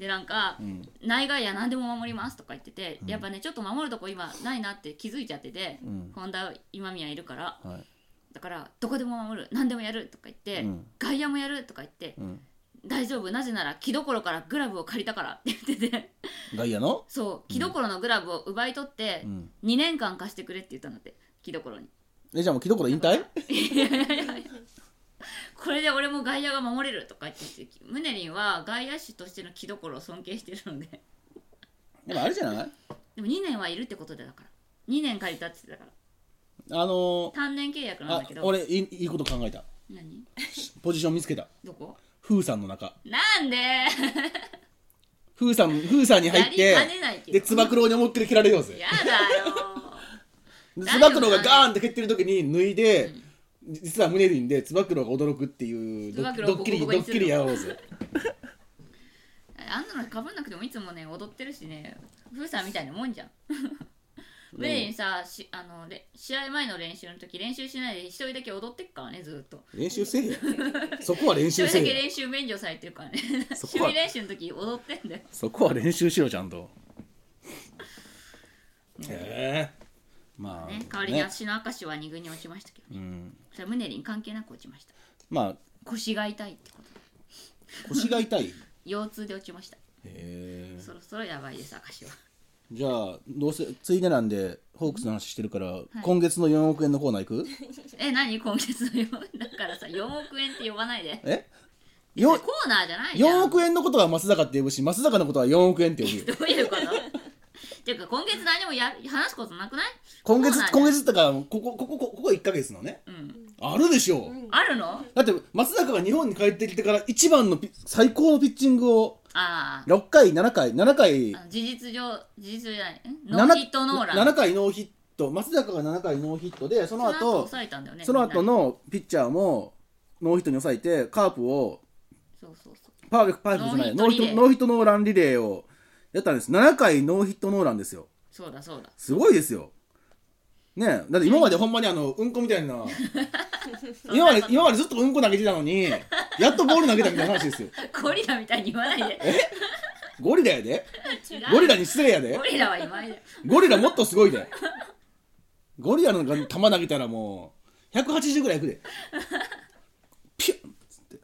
S3: でなんか、
S1: うん
S3: 内外野何でも守りますとか言ってて、やっぱねちょっと守るとこ今ないなって気づいちゃってて、
S1: うん
S3: 本田今宮いるから
S1: はい
S3: だからどこでも守る何でもやるとか言って、
S1: うん
S3: 外野もやるとか言って、
S1: うん、
S3: 大丈夫なぜなら木どころからグラブを借りたからって言ってて
S1: 外野の、
S3: そう木どころのグラブを奪い取って、
S1: うん、
S3: 2年間貸してくれって言ったんだって木どこ ろに
S1: えじゃあもう木どころ引退
S3: いやいやいやいやこれで俺も外野が守れるとか言っててムネリンは外野手としての木どころを尊敬してるので
S1: でもあれじゃない
S3: でも2年はいるってことでだから2年借りたって言ってたか
S1: あのー
S3: ら単年契約なん
S1: あ
S3: だけど
S1: 俺いいいいこと考えた
S3: 何
S1: ポジション見つけた
S3: どこ
S1: 風さんの中
S3: なんで
S1: 風さん風さんに入って
S3: やりかねないけど
S1: でつば九郎に思いっきり蹴られようぜ
S3: やだよ
S1: で
S3: 誰も
S1: つば九郎がガーンって蹴ってる時に脱いで、実は胸リンでつば九郎が驚くっていうド
S3: つば九
S1: ッ
S3: 郎
S1: ドッキリ
S3: ボコボコ
S1: ド
S3: に
S1: ッ
S3: す
S1: キ
S3: る
S1: リやろうぜ
S3: あんなのかぶんなくてもいつもね踊ってるしねふーさんみたいなもんじゃん メイリンさしあのれ試合前の練習の時練習しないで一人だけ踊ってっからねずっと
S1: 練習 せえやそこは練
S3: 一
S1: 習
S3: 人だ
S1: せ
S3: け
S1: えや
S3: 練習免除されてるからね
S1: そ
S3: 趣
S1: こは
S3: 味練習の時踊ってんだよ
S1: そこは練習しろちゃんとへえまあ
S3: ね代わりに足の明石は2軍に落ちましたけどね
S1: うん
S3: それはムネリン関係なく落ちました
S1: まあ
S3: 腰が痛いってこと
S1: 腰が痛いへ
S3: 腰痛で落ちました
S1: え
S3: そろそろやばいです明石は
S1: じゃあどうせついでなんでホークスの話してるから、今月の4億円のコーナー行く
S3: え何今月の4だからさ4億円って呼ばないで
S1: え
S3: コ
S1: よ
S3: ーナーじゃないじゃん
S1: 4億円のことは松坂って呼ぶし松坂のことは4億円って呼ぶよ
S3: どういうことていうか今月何もや話すことなくない
S1: 今
S3: そう
S1: 月
S3: なんだ
S1: 今月ってかここここここ1か月のね
S3: うん
S1: あるでしょう、
S2: うん
S3: あるの
S1: だって松坂が日本に帰ってきてから一番のピ最高のピッチングを
S3: あー
S1: 6回7回7回
S3: あの事実上事実上じゃないん
S1: 7
S3: ノーヒットノーラン
S1: 7回ノーヒット松坂が7回ノーヒットでそ
S3: そ
S1: の
S3: の後
S1: 後
S3: 抑えたんだよね
S1: その後
S3: みんな
S1: のピッチャーもノーヒットに抑えてカープを
S3: そうそうそう
S1: パーフェクトパーフェクトじゃないノ
S3: ノー
S1: ーヒ
S3: ヒ
S1: ッ
S3: ットリレー
S1: トノーヒットノーランリレーをやったんです7回ノーヒットノーランですよ
S3: そうだそうだ
S1: すごいですよねえだって今までほんまにあのうんこみたい な今まで今までずっとうんこ投げてたのにやっとボール投げたみたいな話ですよ
S3: ゴリラみたいに言わないで
S1: ゴリラやで
S3: 違う
S1: ゴリラに失礼やで
S3: ゴリラは今井だよ
S1: ゴリラもっとすごいでゴリラの球投げたらもう180ぐらいいくでピュッつって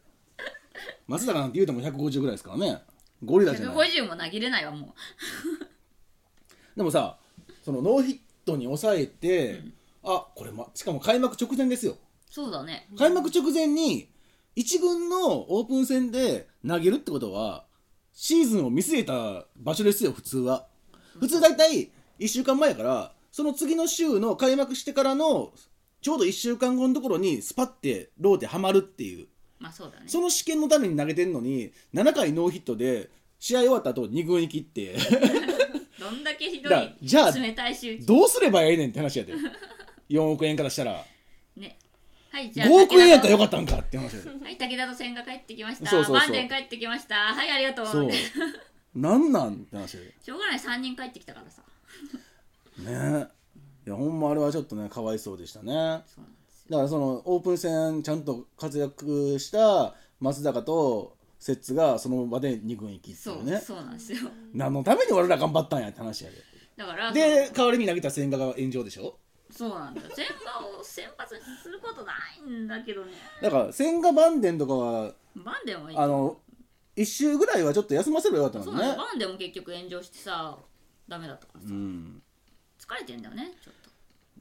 S1: 松坂なんて言うても150ぐらいですからねゴリラじゃない
S3: 150も投げれないわも
S1: でもさそのノーヒットに抑えて、あこれ、ま、しかも開幕直前ですよ
S3: うそうだね
S1: 開幕直前に一軍のオープン戦で投げるってことはシーズンを見据えた場所ですよ普通は普通大体1週間前やからその次の週の開幕してからのちょうど1週間後のところにスパッてローテハマるっていう
S3: まあそうだね
S1: その試験のために投げてんのに7回ノーヒットで試合終わった後2軍行きって
S3: どんだけひど
S1: だ
S3: い
S1: じゃあ
S3: 冷たい周知
S1: どうすればええねんって話やで4億円からしたら
S3: ねはいじゃあ
S1: 5億円やったらよ
S3: か
S1: かったんかって話やで
S3: はい武田と千が帰ってきました
S1: そうそう
S3: バ
S1: そう
S3: ンデン帰ってきましたはいありがとう
S1: そうなんなんって話やで
S3: しょうがない3人帰ってきたからさ
S1: ねいやほんまあれはちょっとねかわいそうでした
S3: そ
S1: ね
S3: うなんですよ
S1: だからそのオープン戦ちゃんと活躍した松坂と摂津がその場で2軍行きって
S3: そ
S1: いううね
S3: そうなんですよ
S1: 何のために俺ら頑張ったんやって話やで
S3: だから
S1: で
S3: その
S1: 代わりに投げた千賀が炎上でしょ
S3: そうなんだ千賀を先発にすることないんだけどね
S1: だから千賀バンデンとかは
S3: バンデンはいい
S1: あの1周ぐらいはちょっと休ませればよかった
S3: そう
S1: のに
S3: なん
S1: ね
S3: だバンデンも結局炎上してさダメだったからさ
S1: うん
S3: 疲れてんだよねちょっ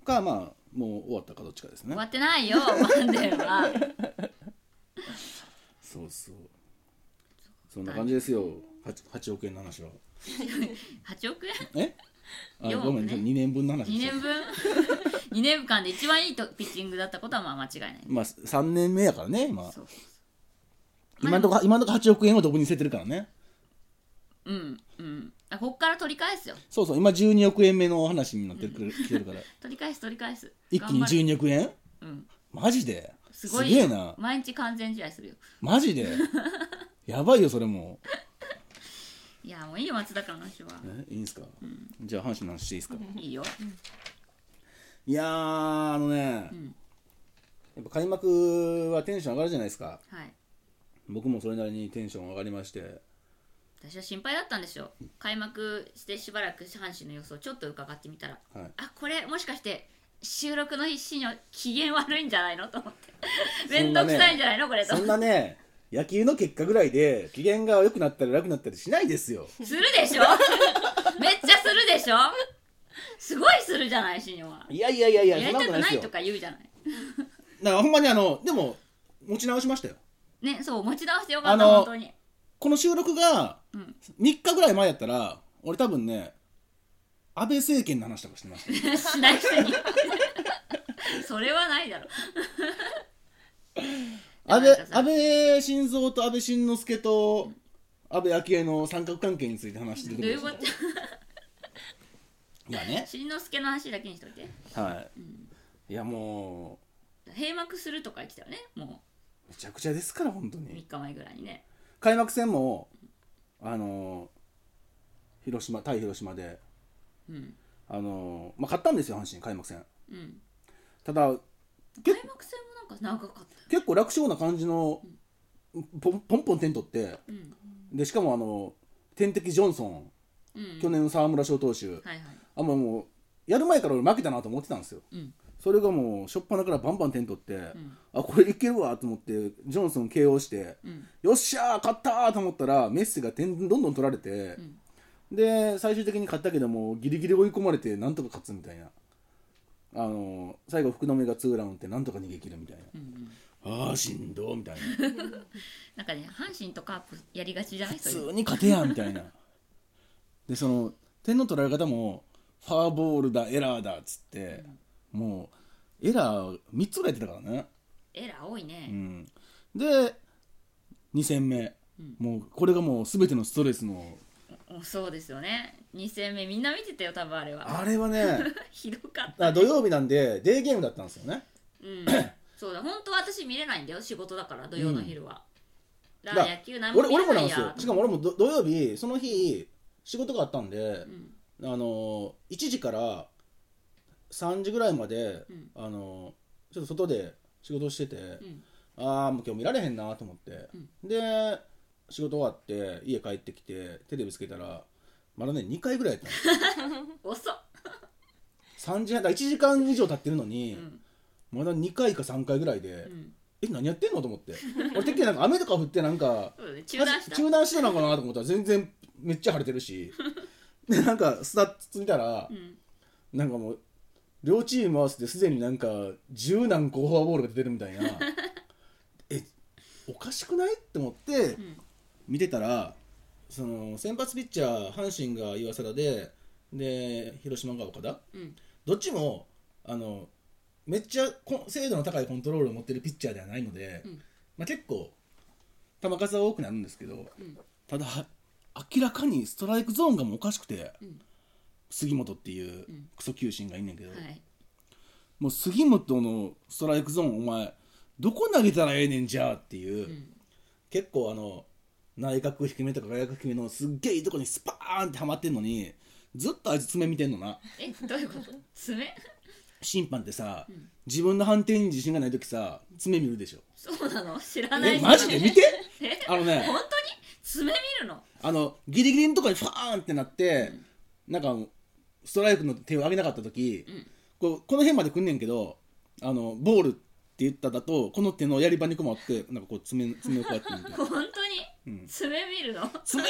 S3: と
S1: かまあもう終わったかどっちかですね
S3: 終わってないよバンデンは
S1: そうそうそんな感じですよ 8, 八億円の話は
S3: 8億円
S1: えあ
S3: 四億
S1: ごめん、
S3: ね
S1: 2年分の話
S3: 2年分 2年間で一番いいとピッチングだったことはまあ間違いない
S1: まあ3年目やからね今
S3: そうそうそ
S1: 今のとこ今のとこ8億円をドブに捨ててるからね
S3: ううんうんあこっから取り返すよ
S1: そうそう今12億円目の話になって くる来てるから
S3: 取り返す取り返す
S1: 一気に
S3: 頑張る
S1: 12億円
S3: うん
S1: マジで
S3: す
S1: す
S3: ごい
S1: げ
S3: よ
S1: えな
S3: 毎日完全試合するよ
S1: マジ でやばいよそれも
S3: いやもういいよ松坂の話は
S1: えいいんすか、じゃあ阪神の話していいですか、
S3: いいよ
S1: いやーあのね、
S3: ん
S1: やっぱ開幕はテンション上がるじゃないですか
S3: はい
S1: 僕もそれなりにテンション上がりまして
S3: 私は心配だったんでしょ開幕してしばらく阪神の様子をちょっと伺ってみたら
S1: はい
S3: あこれもしかして収録の日深夜機嫌悪いんじゃないのと思って面倒くさいんじゃないのこれと
S1: そん
S3: 思っ
S1: なね野球の結果ぐらいで機嫌が良くなったり楽になったりしないですよ
S3: てするでしょ めっちゃするでしょすごいするじゃない深夜はい
S1: やいやいやいや
S3: や
S1: そん
S3: り
S1: な
S3: た
S1: こ
S3: く
S1: と
S3: な
S1: ないです
S3: い
S1: よ
S3: とか言うじゃない
S1: だからほんまにあのでも持ち直しましたよ
S3: ねそう持ち直してよか
S1: あ
S3: っ
S1: の
S3: た本当に
S1: この収録が
S3: うん
S1: 3日ぐらい前やったら俺多分ね安倍政権の話とかしてましたよ
S3: しない人に それはないだろ
S1: 安
S3: なんか
S1: 倍
S3: さ
S1: 安倍晋三と安倍晋之助と安倍昭恵の三角関係について話してる
S3: どういうこ
S1: で
S3: と
S1: すよいやね
S3: しんのすけの話だけにしといて
S1: はい、いやも
S3: 閉幕するとか言ってたよねも
S1: うめちゃくちゃですから本当
S3: う
S1: に
S3: 3日前ぐらいにね
S1: 開幕戦もあのー広島対広島で
S3: うん
S1: あのーまあ勝ったんですよ阪神開幕戦
S3: うん
S1: ただ
S3: 開幕戦もなんか長かったよ
S1: 結構楽勝な感じのポンポンポン点取って
S3: うん
S1: でしかもあの天敵ジョンソン
S3: うん
S1: 去年の沢村賞投手、
S3: はいはい
S1: あもうもうやる前から俺負けたなと思ってたんですよ
S3: うん
S1: それがもう初っ端からバンバン点取って、
S3: ん
S1: あこれいけるわと思ってジョンソン KO して、
S3: うん
S1: よっしゃー勝ったーと思ったらメッシが点どんどん取られて、
S3: ん
S1: で最終的に勝ったけどもギリギリ追い込まれてなんとか勝つみたいなあの最後福留がツーラン打ってなんとか逃げ切るみたいな、ああしんどーみたいな
S3: なんかね阪神とカープやりがちじゃない
S1: 普
S3: そういう
S1: 通に勝てやみたいなでその点の取られ方もファーボールだエラーだっつって、もうエラー3つぐらいやってたからね、
S3: エラー多いうね、
S1: ん、で2戦目、
S3: うん
S1: もうこれがもう全てのストレスの
S3: おそうですよね2戦目みんな見てたよ多分あれは
S1: あれは ね
S3: ひどかった
S1: あ土曜日なんでデーゲームだったんですよね
S3: うんそうだ本当は私見れないんだよ仕事だから土曜の昼は、だから
S1: だ
S3: 野球何も
S1: 俺
S3: 見
S1: 俺
S3: れ
S1: も
S3: な
S1: なん
S3: い
S1: ですよ
S3: や
S1: しかも俺もど土曜日その日仕事があったんで
S3: う、ん
S1: あの1時から3時ぐらいまで、
S3: うん
S1: あのちょっと外で仕事してて、
S3: うん
S1: ああもう今日見られへんなと思って、で仕事終わって家帰ってきてテレビつけたらまだね2回ぐらいやったの
S3: 遅っ、
S1: 3時半だ1時間以上経ってるの
S3: う
S1: に、
S3: ん
S1: まだ2回か3回ぐらいで、
S3: うん
S1: え何やってんのと思って俺てっきりなんか雨とか降ってなんか
S3: そうだね、中断した
S1: 中断してたのかなと思ったら全然めっちゃ晴れて るしでなんかスタッツ見たら
S3: う、ん、
S1: なんかもう両チーム合わせてすでになんか十何個フォアボールが出てるみ たいなえおかしくないって思って
S3: うん
S1: 見てたらその先発ピッチャー阪神が岩貞でで広島が岡田
S3: うん
S1: どっちもあのめっちゃこ精度の高いコントロールを持ってるピッチャーではないので、
S3: うん
S1: まあ、結構球数は多くなるんですけど、
S3: うん
S1: ただ明らかにストライクゾーンがもうおかしくて、
S3: うん
S1: 杉本っていう
S3: うん
S1: クソ球審がいんねんけど、
S3: はい
S1: もう杉本のストライクゾーンお前どこ投げたらええねんじゃあっていう、
S3: うん
S1: 結構あの内角低めとか外角低めのすっげえいいとこにスパーンってはまってんのにずっとあいつ爪見てんのな
S3: えどういうこと爪
S1: 審判ってさ、
S3: ん
S1: 自分の判定に自信がない時さ爪見るでしょ
S3: そうなの知らない
S1: え
S3: 人
S1: マジで見て
S3: え
S1: あのね
S3: 本当に爪見るの
S1: あのギリギリのところにファーンってなって、なんかストライクの手を上げなかった時、
S3: ん
S1: こうこの辺まで来んねんけどあのボールって言っただとこの手のやり場にこもってなんかこう爪爪をこうやって見て
S3: 本当に、
S1: うん
S3: 爪見るの
S1: 爪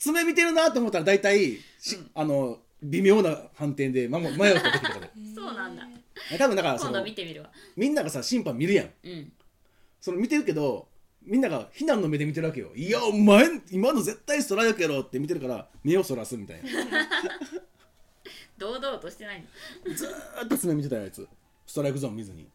S1: 爪見てるなと思ったら大体、しあの微妙な反転でまも迷った時とかで
S3: そうなんだ
S1: 多分だからそ
S3: 今
S1: の
S3: 度見てみるわ
S1: みんながさ審判見るやん
S3: うん
S1: その見てるけどみんなが非難の目で見てるわけよいやお前今の絶対ストライクやろって見てるから目をそらすみたいな
S3: 堂々としてないの
S1: ずーっと爪見てたやつストライクゾーン見ずに、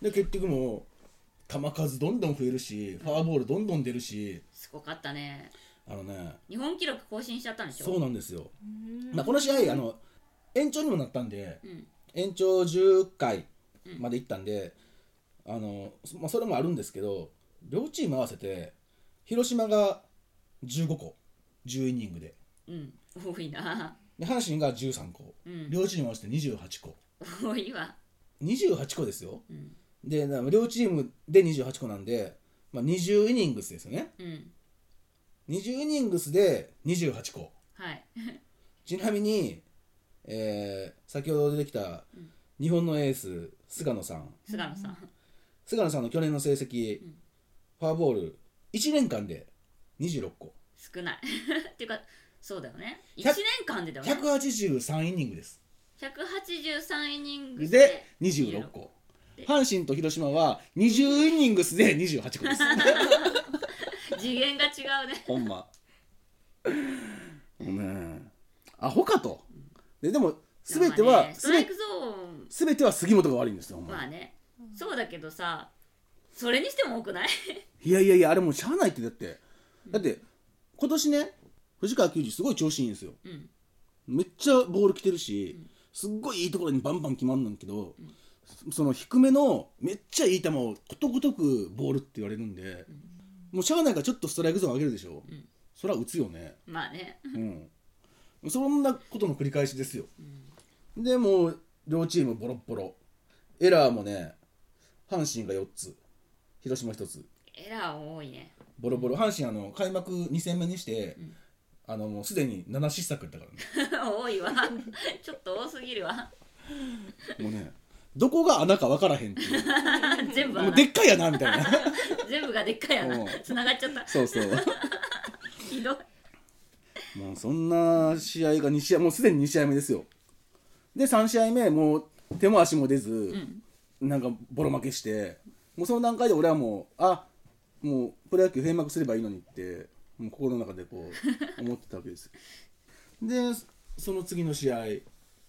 S1: で結局もう球数どんどん増えるしファーボールどんどん出るし、
S3: すごかったね
S1: あのね
S3: 日本記録更新しちゃったんでしょ
S1: そうなんですよ、まあ、この試合あの延長にもなったんで
S3: うん
S1: 延長10回までいったんで、あのそまあ、それもあるんですけど両チーム合わせて広島が15個10イニングで
S3: うん多いな
S1: で阪神が13個、
S3: うん
S1: 両チーム合わせて28個
S3: 多いわ
S1: 28個ですよ、
S3: うん
S1: でな両チームで28個なんで、まあ、20イニングスですよね
S3: うん
S1: 20イニングスで28個
S3: はい
S1: ちなみに、えー先ほど出てきた日本のエース菅野さん
S3: 菅野さん
S1: 菅野さんの去年の成績、
S3: ん
S1: フォアボール1年間で26個
S3: 少ない っていうかそうだよね1
S1: 100
S3: 年間でだよね
S1: 183イニングです
S3: 183イニングス
S1: で26個
S3: で
S1: 阪神と広島は20イニングスで28個です
S3: 次元が違うね
S1: ほんま。もうねアホかと。ででも、すべて
S3: まあ
S1: は、
S3: ねス
S1: す
S3: トライ
S1: べ
S3: クゾーン
S1: すべては杉本が悪いんですよ、ほんま
S3: まあねそうだけどさそれにしても多くない
S1: いやいやいや、あれもうしゃあないって、だって。だって、今年ね、藤川球児すごい調子いいんですよ。
S3: うん
S1: めっちゃボール来てるし、すっごいいいところにバンバン決まんなんけど、その低めのめっちゃいい球をことごとくボールって言われるんで、もうしゃあないからちょっとストライクゾーン上げるでしょ。
S3: ん
S1: そりゃ打つよね。
S3: まあね
S1: うん、そんなことの繰り返しですよ、でもう両チームボロッボロエラーもね阪神が4つ広島1つ
S3: エラー多いね
S1: ボロボロ阪神あの開幕2戦目にして、
S3: ん
S1: あのもうすでに7失策やったからね
S3: 多 いわちょっと多すぎるわ
S1: もうねどこが穴か分からへんっていう
S3: 全部
S1: もう
S3: 穴
S1: でっかい穴みたいな
S3: 全部がでっかい穴
S1: うん
S3: つながっちゃった
S1: そうそう
S3: ひどい
S1: もうそんな試合が2試合もうすでに2試合目ですよで3試合目もう手も足も出ず、なんかボロ負けしてもうその段階で俺はもうあもうプロ野球閉幕すればいいのにってもう心の中でこう思ってたわけですよでその次の試合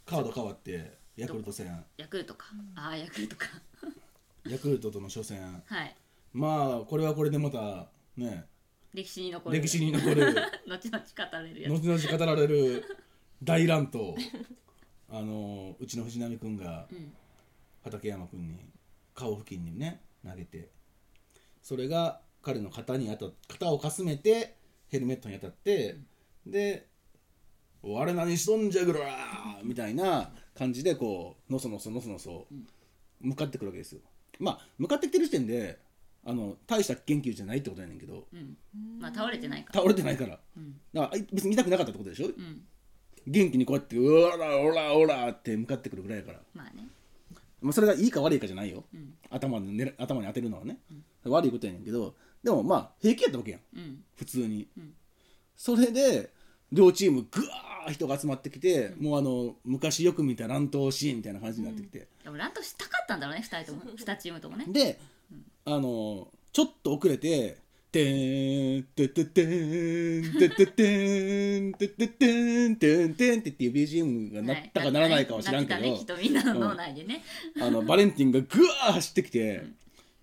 S1: カード変わってヤクルト戦
S3: ヤクルトか、ああヤクルトか
S1: ヤクルトとの初戦
S3: はい
S1: まあこれはこれでまたね
S3: 歴史に残る
S1: 歴史に残る
S3: 後々語れるやつ
S1: 後々語られる大乱闘あのうちの藤波君が
S3: うん
S1: 畠山君に顔付近にね投げてそれが彼の肩に当たっ肩をかすめてヘルメットに当たって、で「我何しとんじゃぐら!」みたいな感じでこうのそのそのそのそ向かってくるわけですよ。まあ向かってきてる時点であの大した研究じゃないってことやねんけど
S3: うんまあ倒れてないから
S1: 倒れてないから。
S3: うん
S1: だからあい別に見たくなかったってことでしょ、
S3: うん
S1: 元気にこうやって「うららおらおら」って向かってくるぐらいやから、
S3: まあね
S1: まあ、それがいいか悪いかじゃないよ、
S3: うん
S1: 頭にね頭に当てるのはね、悪いことやねんけどでもまあ平気やったわけやん
S3: うん
S1: 普通に、
S3: ん
S1: それで両チームぐわー人が集まってきて、もうあの昔よく見た乱闘シーンみたいな感じになってきて、
S3: でも乱闘したかったんだろうね2人とも2チームともね
S1: で、あのちょっと遅れて「てーんてててーんてててーんてててーんてんてん」ってっていう BGM がなったかならないかは知らんけど、
S3: なってたねきっとみんなの脳内でね、
S1: あのバレンティンがぐわー走ってきて、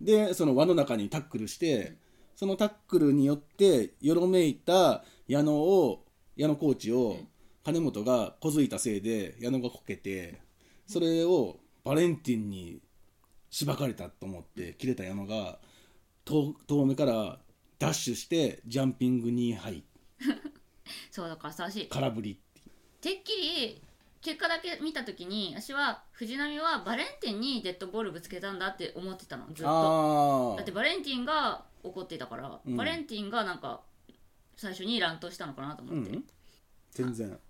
S1: でその輪の中にタックルして、そのタックルによってよろめいた矢野を矢野コーチを金本がこづいたせいで矢野がこけてそれをバレンティンにしばかれたと思って切れた矢野が遠遠目からダッシュしてジャンピング2杯
S3: そうだからさ私
S1: 空振り
S3: てっきり結果だけ見た時に私は藤波はバレンティンにデッドボールぶつけたんだって思ってたのずっと
S1: あ
S3: だってバレンティンが怒ってたから、
S1: うん
S3: バレンティンがなんか最初に乱闘したのかなと
S1: う
S3: 思って、違
S1: ん全然、
S3: う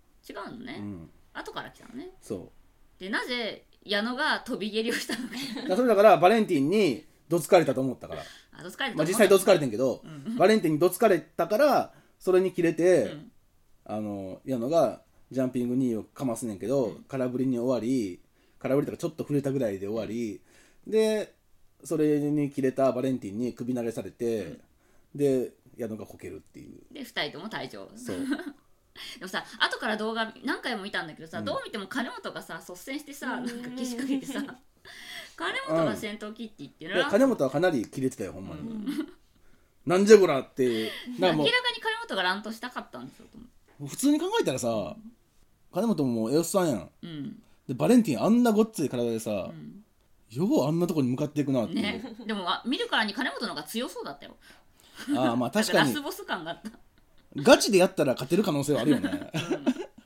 S3: のね、
S1: うん、
S3: 後から来たのね
S1: そう
S3: でなぜ矢野が飛び蹴りをしたのか
S1: だからそれだからバレンティンにどつかれたと思ったから、
S3: あどつかれた
S1: ま
S3: と
S1: あ、
S3: 思
S1: 実
S3: う
S1: 際どつかれてんけど、
S3: うん
S1: バレンティンにどつかれたからそれに切れて、
S3: うん
S1: あの矢野がジャンピング2位をかますねんけど、空振りに終わり空振りとかちょっと触れたぐらいで終わりでそれに切れたバレンティンに首投げされて、で矢野がこけるっていう
S3: で2人とも退場
S1: そう
S3: でもさ後から動画何回も見たんだけどさ、
S1: うん
S3: どう見ても金本がさ率先してさなん
S2: うん
S3: かけしかけて さ金本が先頭切っていってる
S1: で
S3: な、
S1: 金本はかなり切れてたよほんまに、
S3: うん
S1: なんじゃこら って
S3: 明
S1: な
S3: らか
S1: んかも
S3: に金本が乱闘したかったんでしょと思
S1: う普通に考えたらさ金本ももうエオスさんやん
S3: ううん、
S1: でバレンティンあんなごっつい体でさ、
S3: うん
S1: ようあんなとこに向かっていくなっていう、
S3: ねでもあ見るからに金本の方が強そうだったよ
S1: ああまあ確か
S3: なんラ
S1: に
S3: スボス感があった
S1: ガチでやったら勝てる可能性はあるよね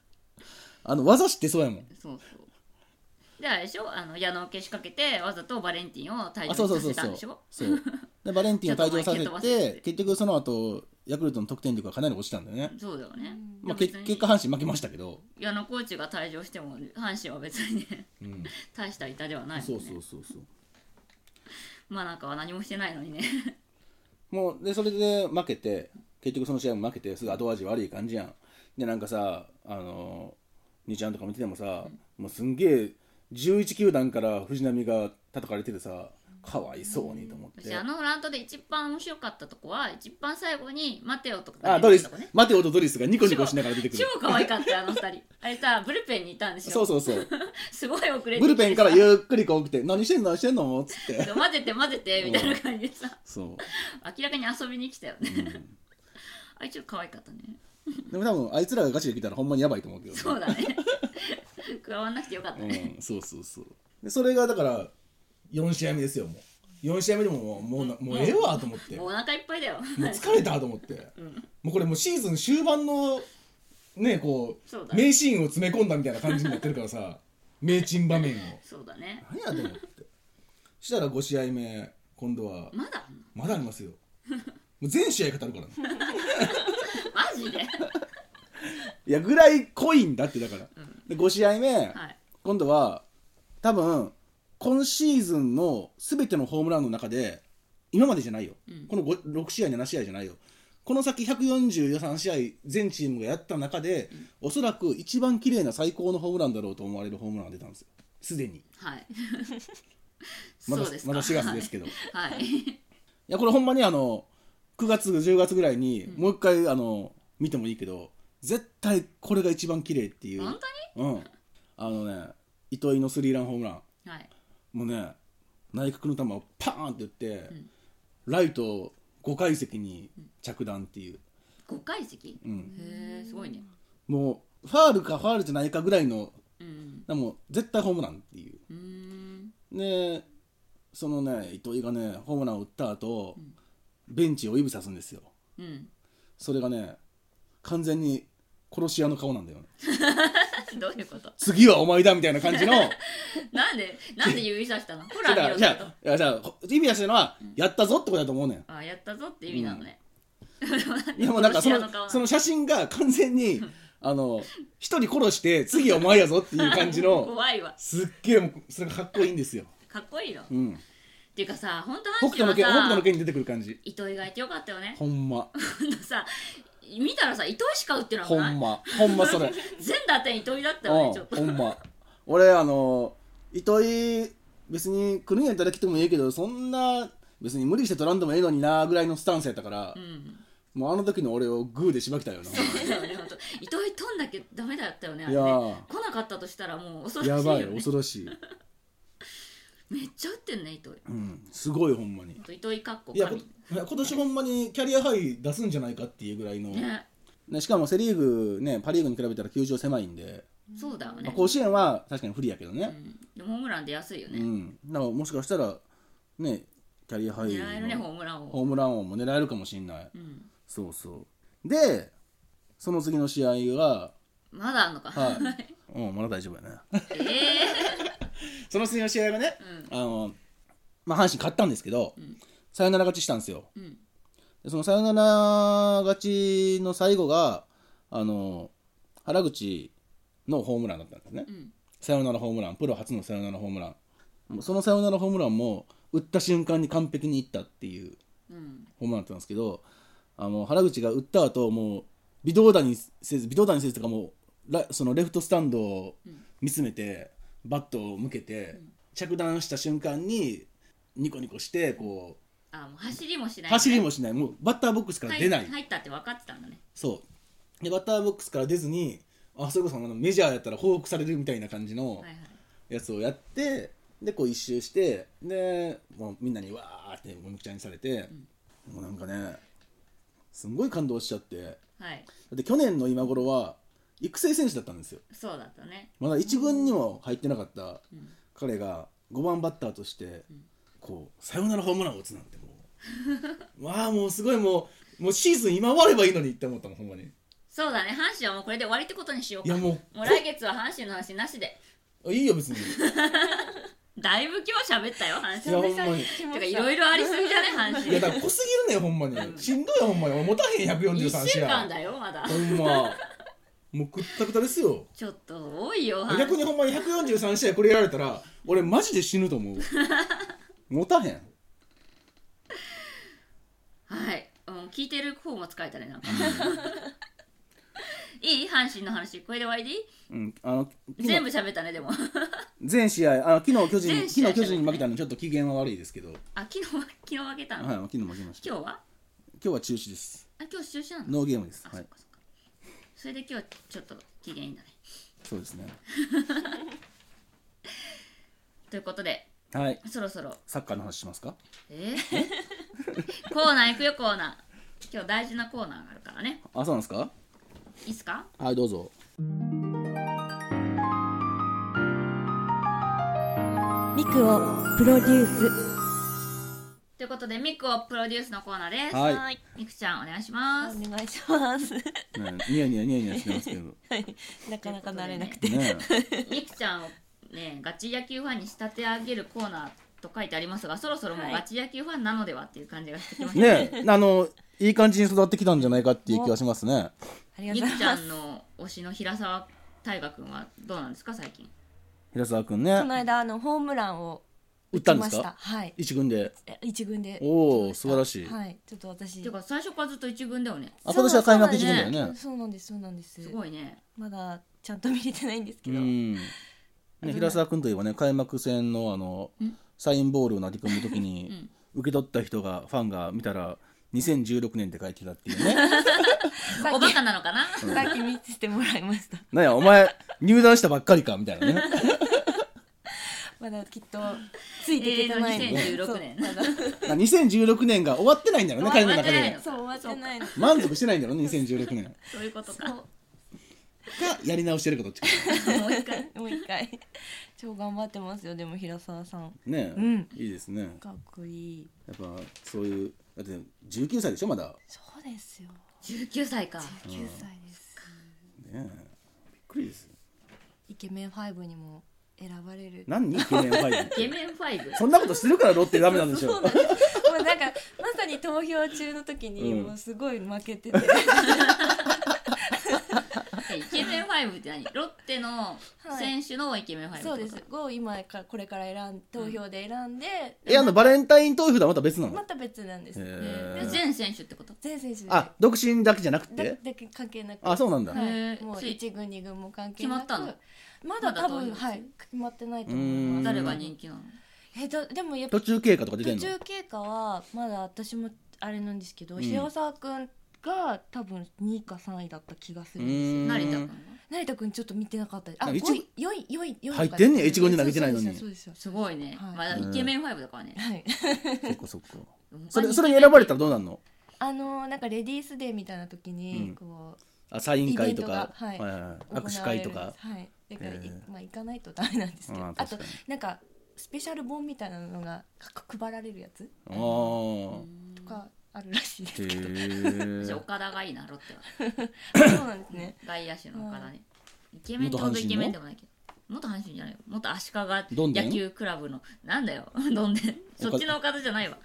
S1: あの技知ってそうやもん
S3: そうそうであれでしょあの矢野をけしかけてわざとバレンティンを退
S1: あ
S3: 場
S1: そうそう
S3: さ
S1: そう
S3: せた
S1: そ
S3: ん
S1: う
S3: でしょ
S1: そうでバレンティンを退場 さ
S3: ち
S1: せ
S3: ょっと前蹴飛ばしてて
S1: 結局その後ヤクルトの得点力がかなり落ちたんだよね、
S3: そうだよね、
S1: まあ、
S3: で
S1: 結
S3: も別に
S1: 結果阪神負けましたけど、
S3: 矢野コーチが退場しても阪神は別にね
S1: うん、
S3: 大した痛手はないもん、ね、
S1: そうそうそうそう
S3: まあなんかは何もしてないのにね
S1: もうでそれで負けて結局その試合も負けてすぐ後味悪い感じやんでなんかさあの兄ちゃんとか見ててもさ、もうすんげえ11球団から藤浪が叩かれててさかわいそうにと思って、
S3: 私あのラントで一番面白かったとこは一番最後に「待てよ」とか
S1: あド
S3: 出
S1: リ
S3: てくる
S1: ス
S3: とこね
S1: マテオとドリスがニコニコしながら出てくる
S3: 超可愛かったよあの 二人あれさブルペンにいたんでしょ
S1: そうそうそう
S3: すごい遅れてきてさ
S1: ブルペンからゆっくりこう来て「何してんの何してんの?」っつって
S3: 混ぜて混ぜてみたいな感じでさ
S1: そ
S3: 明らかに遊びに来たよね
S1: う、うん
S3: あれちょっと可愛かったね
S1: でも多分あいつらがガチで来たらほんまにやばいと思うけどね
S3: そうだね加わんなくてよかったね、
S1: うん、そうそうそうでそれがだから4試合目ですよもう4試合目でももうもうなもうええわと思って
S3: もう
S1: も
S3: お腹いっぱいだよ
S1: う疲れたと思って、もうこれもうシーズン終盤のねこう
S3: そうだ
S1: 名シーンを詰め込んだみたいな感じになってるか らさ名珍場面を
S3: そうだね
S1: 何やと思ってしたら5試合目今度は
S3: まだあんの
S1: まだあ りますよもう全試合語るからね
S3: マジで
S1: いやぐらい濃いんだってだから、で5試合目、
S3: はい
S1: 今度は多分今シーズンの全てのホームランの中で今までじゃないよ、
S3: うん
S1: この5 6試合7試合じゃないよこの先143試合全チームがやった中で、おそらく一番綺麗な最高のホームランだろうと思われるホームランが出たんですよすでに
S3: はい
S1: まだ
S3: そうですか
S1: まだ4月です けど、い
S3: はい、はい
S1: やこれほんまにあの9月10月ぐらいにもう一回あの見てもいいけど絶対これが一番綺麗っていう
S3: 本
S1: うんあのね糸井のスリーランホームラン
S3: 当にはい
S1: もうね内角の球をパーンって打って、
S3: ん
S1: ライト5階席に着弾っていう、
S3: 5階席、
S1: うん、
S3: へえすごいね
S1: もうファールかファールじゃないかぐらいの
S3: うん
S1: でも絶対ホームランっていう
S3: うーん
S1: でそのね糸井がねホームランを打った後、ベンチを指さすんですよ
S3: うん
S1: それがね完全に殺し屋の顔なんだよね
S3: どういうこと
S1: 次はお前だみたいな感じの
S3: なんでなんで指さ したのほ
S1: じ
S3: ら見
S1: ゃあ
S3: ろ
S1: じ
S3: ちょっ
S1: ゃあじゃあ意味出してるのは、やったぞってことだと思うねん
S3: とあやったぞって意味なのね、
S1: でもなんか
S3: 殺
S1: そ
S3: し屋の顔な
S1: の
S3: の
S1: その写真が完全にあの一人殺して次お前やぞっていう感じ の
S3: 怖いわ
S1: すっげえもうそれがかっこいいんですよ、
S3: かっこいいの、っ
S1: うん、
S3: ていうかさ本当
S1: 北
S3: 阪
S1: 斗の
S3: 神
S1: 拳北
S3: は
S1: 斗
S3: さ
S1: の拳に出てくる感じ
S3: 糸井がいてよかったよね
S1: ほんま
S3: ほんとさ見たらさ糸井しか打ってなく
S1: ほ
S3: ない
S1: んまほんま それ
S3: 全打点糸井だったよねちょっ
S1: う
S3: と
S1: んほんま俺あの糸井別に来るんやったら来てもいいけどそんな別に無理して取らんでもええのになぐらいのスタンスやったから
S3: う、ん
S1: もうあの時の俺をグーでしばきたよな
S3: そうだよねほんと糸井取んなきゃダメだったよねあれ
S1: いや
S3: ね
S1: ー
S3: 来なかったとしたらもう恐ろ
S1: や
S3: しいよ
S1: ばい
S3: ね
S1: 恐ろしい、
S3: めっちゃ打ってんね糸井
S1: うん、すごいほんまに
S3: ほんと糸井かっこ
S1: いやこ
S3: 神
S1: いや今年ほんまにキャリアハイ出すんじゃないかっていうぐらいの、ね
S3: ね
S1: しかもセ・リーグ、ね、パ・リーグに比べたら球場狭いんで、
S3: そうだよ
S1: まあ
S3: ね
S1: 甲子園は確かに不利やけど
S3: う
S1: ね、
S3: んでもホームラン出やすいよ
S1: うん
S3: ね
S1: だからもしかしたら、ね、キャリアハイ
S3: 狙えるねホー
S1: の
S3: ムランを
S1: ホームラン王も狙えるかもしれない、
S3: うん
S1: そうそうでその次の試合は、
S3: まだあんのか
S1: はい、うんまだ大丈夫やね
S3: ええ
S1: その次の試合がね、あのまあ、阪神勝ったんですけど、
S3: ん
S1: サヨナラ勝ちしたんですよ、
S3: うん
S1: でそのサヨナラ勝ちの最後があの原口のホームランだったんですね、
S3: ん
S1: サヨナラホームランプロ初のサヨナラホームランもうそのサヨナラホームランも打った瞬間に完璧にいったっていう
S3: うん
S1: ホームランだったんですけどあの原口が打った後もう微動だにせず微動だにせずとかもうラそのレフトスタンドを見つめて、バットを向けて、着弾した瞬間にニコニコしてこう
S3: あもう走りもしない
S1: 走りもしないもうバッターボックスから出ない
S3: 入っ入ったって分かってたんだね
S1: そうでバッターボックスから出ずにあそれこそあのメジャーやったら報復されるみたいな感じの
S3: はいはい
S1: やつをやってでこう一周してでもうみんなにわーってもみくちゃにされて、もうなんかねすんごい感動しちゃってだ
S3: はい
S1: って去年の今頃は育成選手だったんですよ
S3: そうだったね
S1: まだ1軍にも入ってなかった彼が5番バッターとしてこうサヨナラホームランを打つなんてもう わあもうすごいもうもうシーズン今終わればいいのにって思ったもんほんまに。
S3: そうだね阪神はもうこれで終わりってことにしよう
S1: い
S3: か
S1: やもう
S3: もう来月は阪神の話なしで
S1: あいいよ別にい
S3: だいぶ今日喋ったよ阪
S1: や
S3: 神
S1: ほんまに
S2: て
S3: てかいろいろありすぎじゃね阪
S1: い
S3: 神
S1: やだから濃すぎるねんほんまにしんどいよほんまに俺持たへん143試合
S3: 1週間だよまだ
S1: ほんまもうくったくたですよ
S3: ちょっと多いよ阪
S1: 逆
S3: 神
S1: にほんまに143試合これやられたら俺マジで死ぬと思う持たへん
S3: はい、うん、聞いてる方も疲れたねなんかいい阪神の話これで終わりでいい
S1: うん、あの昨
S3: 全部
S1: 日
S3: 喋ったねでも
S1: 全試合あの昨日巨人
S3: 全
S1: に
S3: 試合
S1: 昨日巨人に負けたのちょっと機嫌は悪いですけど、はい、
S3: あ昨日昨日負けたの、
S1: 昨日負けました今
S3: 今日は
S1: 日は中止です
S3: あ今日中止なの
S1: ノーゲームです
S3: あ、
S1: は
S3: そ
S1: い
S3: っかそっかそれで今日ちょっと機嫌いいんだね
S1: そうですね
S3: ということで
S1: はい
S3: そろそろ
S1: サッカーの話しますか
S3: えー コーナー行くよコーナー今日大事なコーナーがあるからね
S1: あそうなんですか
S3: いいっすか
S1: はいどうぞ
S2: ミクをプロデュース
S3: ということでミクをプロデュースのコーナーです、
S1: はい
S2: はい
S3: ミクちゃんお願いし
S2: お
S3: ます
S2: 願いします
S1: ねニヤニヤニヤニヤしてますけど
S2: はいなかなか慣れなくて
S1: ね
S3: ミクちゃんをねガチ野球ファンに仕立て上げるコーナーと書いてありますがそろそろも
S2: は
S3: う
S2: い
S3: ガチ野球ファンなのではっていう感じがしてきました、
S1: ねえあのいい感じに育ってきたんじゃないかっていう気がしますね
S2: ありがと
S3: ミ
S2: う
S3: ク
S2: ござい
S3: ちゃ
S2: ます
S3: んの推しの平沢大河君はどうなんですか最近
S1: 平沢君
S2: この
S1: ね
S2: 間あのホームランを
S1: 打っ
S2: 打
S1: た
S2: ち
S1: んで
S2: ますした
S1: か
S2: はい
S1: 一軍で
S2: え一軍で
S1: おー
S2: 打ちまた
S1: 素晴らしい
S2: はいちょっと私
S3: ていうか最初からずっと一軍だよね
S1: あ今年は開幕一軍だよ
S2: そう
S1: ね
S2: そうなんですそうなんです
S3: すごいね
S2: まだちゃんと見れてないんです
S1: う
S2: けど、
S1: んね平沢君といえばね開幕戦のあのサインボールを投げ込むときに受け取った人がファンが見たら2016年って書いてたっていうね
S2: さっき
S3: おバカなのかな
S2: さっき見せてもらいました
S1: なんやお前入団したばっかりかみたいなね
S2: まだきっとついていけてない
S3: 永遠の2016年
S2: そうまだ
S1: な2016年が終わってないんだろうね彼の中
S3: 終わってない
S1: で
S3: の
S2: そう終わってないの
S1: 満足してないんだろうね2016年
S3: そういうことか
S2: そ
S1: がやり直してるかどっちか
S3: もう一回
S2: うもう一回超頑張ってますよでも平沢さん
S1: ね、
S2: うん
S1: いいですね
S2: かっこいい
S1: やっぱそういうだって19歳でしょまだ、
S2: そうですよ
S3: 19歳か
S2: 9歳です
S1: ねえ、びっくりですよ
S2: イケメン5にも選ばれる
S1: 何イケメンファイブっ
S3: イケ
S1: て
S3: メン5
S1: そんなことしてるからロッテダメなんでし
S2: そ
S1: ょ
S2: うなんです。もうなんかまさに投票中の時に、
S1: うん
S2: もうすごい負けてて、
S3: えイケメン5って何ロッテの選手のイケメン5ってこと
S2: そうです。を今からこれから選ん投票で選んで、
S1: えあのバレンタイン投票とはまた別なの、
S2: また別なんです。
S1: へ
S3: え
S1: え
S3: ー全選手ってこと
S2: 全選手で
S1: あ独身だけじゃなく
S2: だ
S1: て
S2: だけ関係なく。
S1: あそうなんだ、
S2: はい
S3: へー
S2: もう
S3: つい
S2: 一軍二軍も関係
S3: 決ま
S2: なく。
S3: ったの？
S2: まだ多分
S3: まだ投票
S2: はい決まってないと思
S1: う
S2: い
S1: ん
S2: ます。
S3: 誰が人気なの
S2: えだでもやっぱ
S1: 途中経過とか出て
S2: 途
S1: んの
S2: 中経過はまだ私もあれなんですけど、
S1: ん
S2: 平沢くんが多分二位か三位だった気がす
S1: う
S2: るんですよ。
S1: ーん
S3: 成田君は
S2: 成田くんちょっと見てなかったですあ、
S1: なんか
S2: 5
S1: 一軍
S2: 位、4位、4位、4位
S1: 入ってんねや一軍に投げてないのに
S2: そうですよ。そ
S3: す
S2: う
S3: ごいね
S2: はい
S3: まあイケメン5だからね
S2: ですよはい。
S1: そっかそっかそ
S3: 他に
S1: れそれに選ばれたらどうなんの
S2: あのーなんかレディースデーみたいな時
S1: う
S2: に
S1: ん
S2: こう
S1: あサイン会とか、
S2: イベントがはい
S1: はい握手会と
S2: 行われる
S1: か
S2: んですはい。だからい
S1: へー
S2: まあ行かないとダメなんですけど、
S1: あー
S2: あ
S1: 確
S2: と
S1: かに
S2: なんかスペシャル本みたいなのがか配られるやつ
S1: あー
S2: とかあるら しいですけど。
S1: へ
S3: 私
S1: え
S3: 岡田がいいなロッテは
S2: そうなんですね。
S3: 外野手の岡田ねイケメンってほどイケメンでもないけど元阪神じゃないよ元足利
S1: どんでん
S3: 野球クラブのなんだよ どんでんそっちの岡田じゃないわ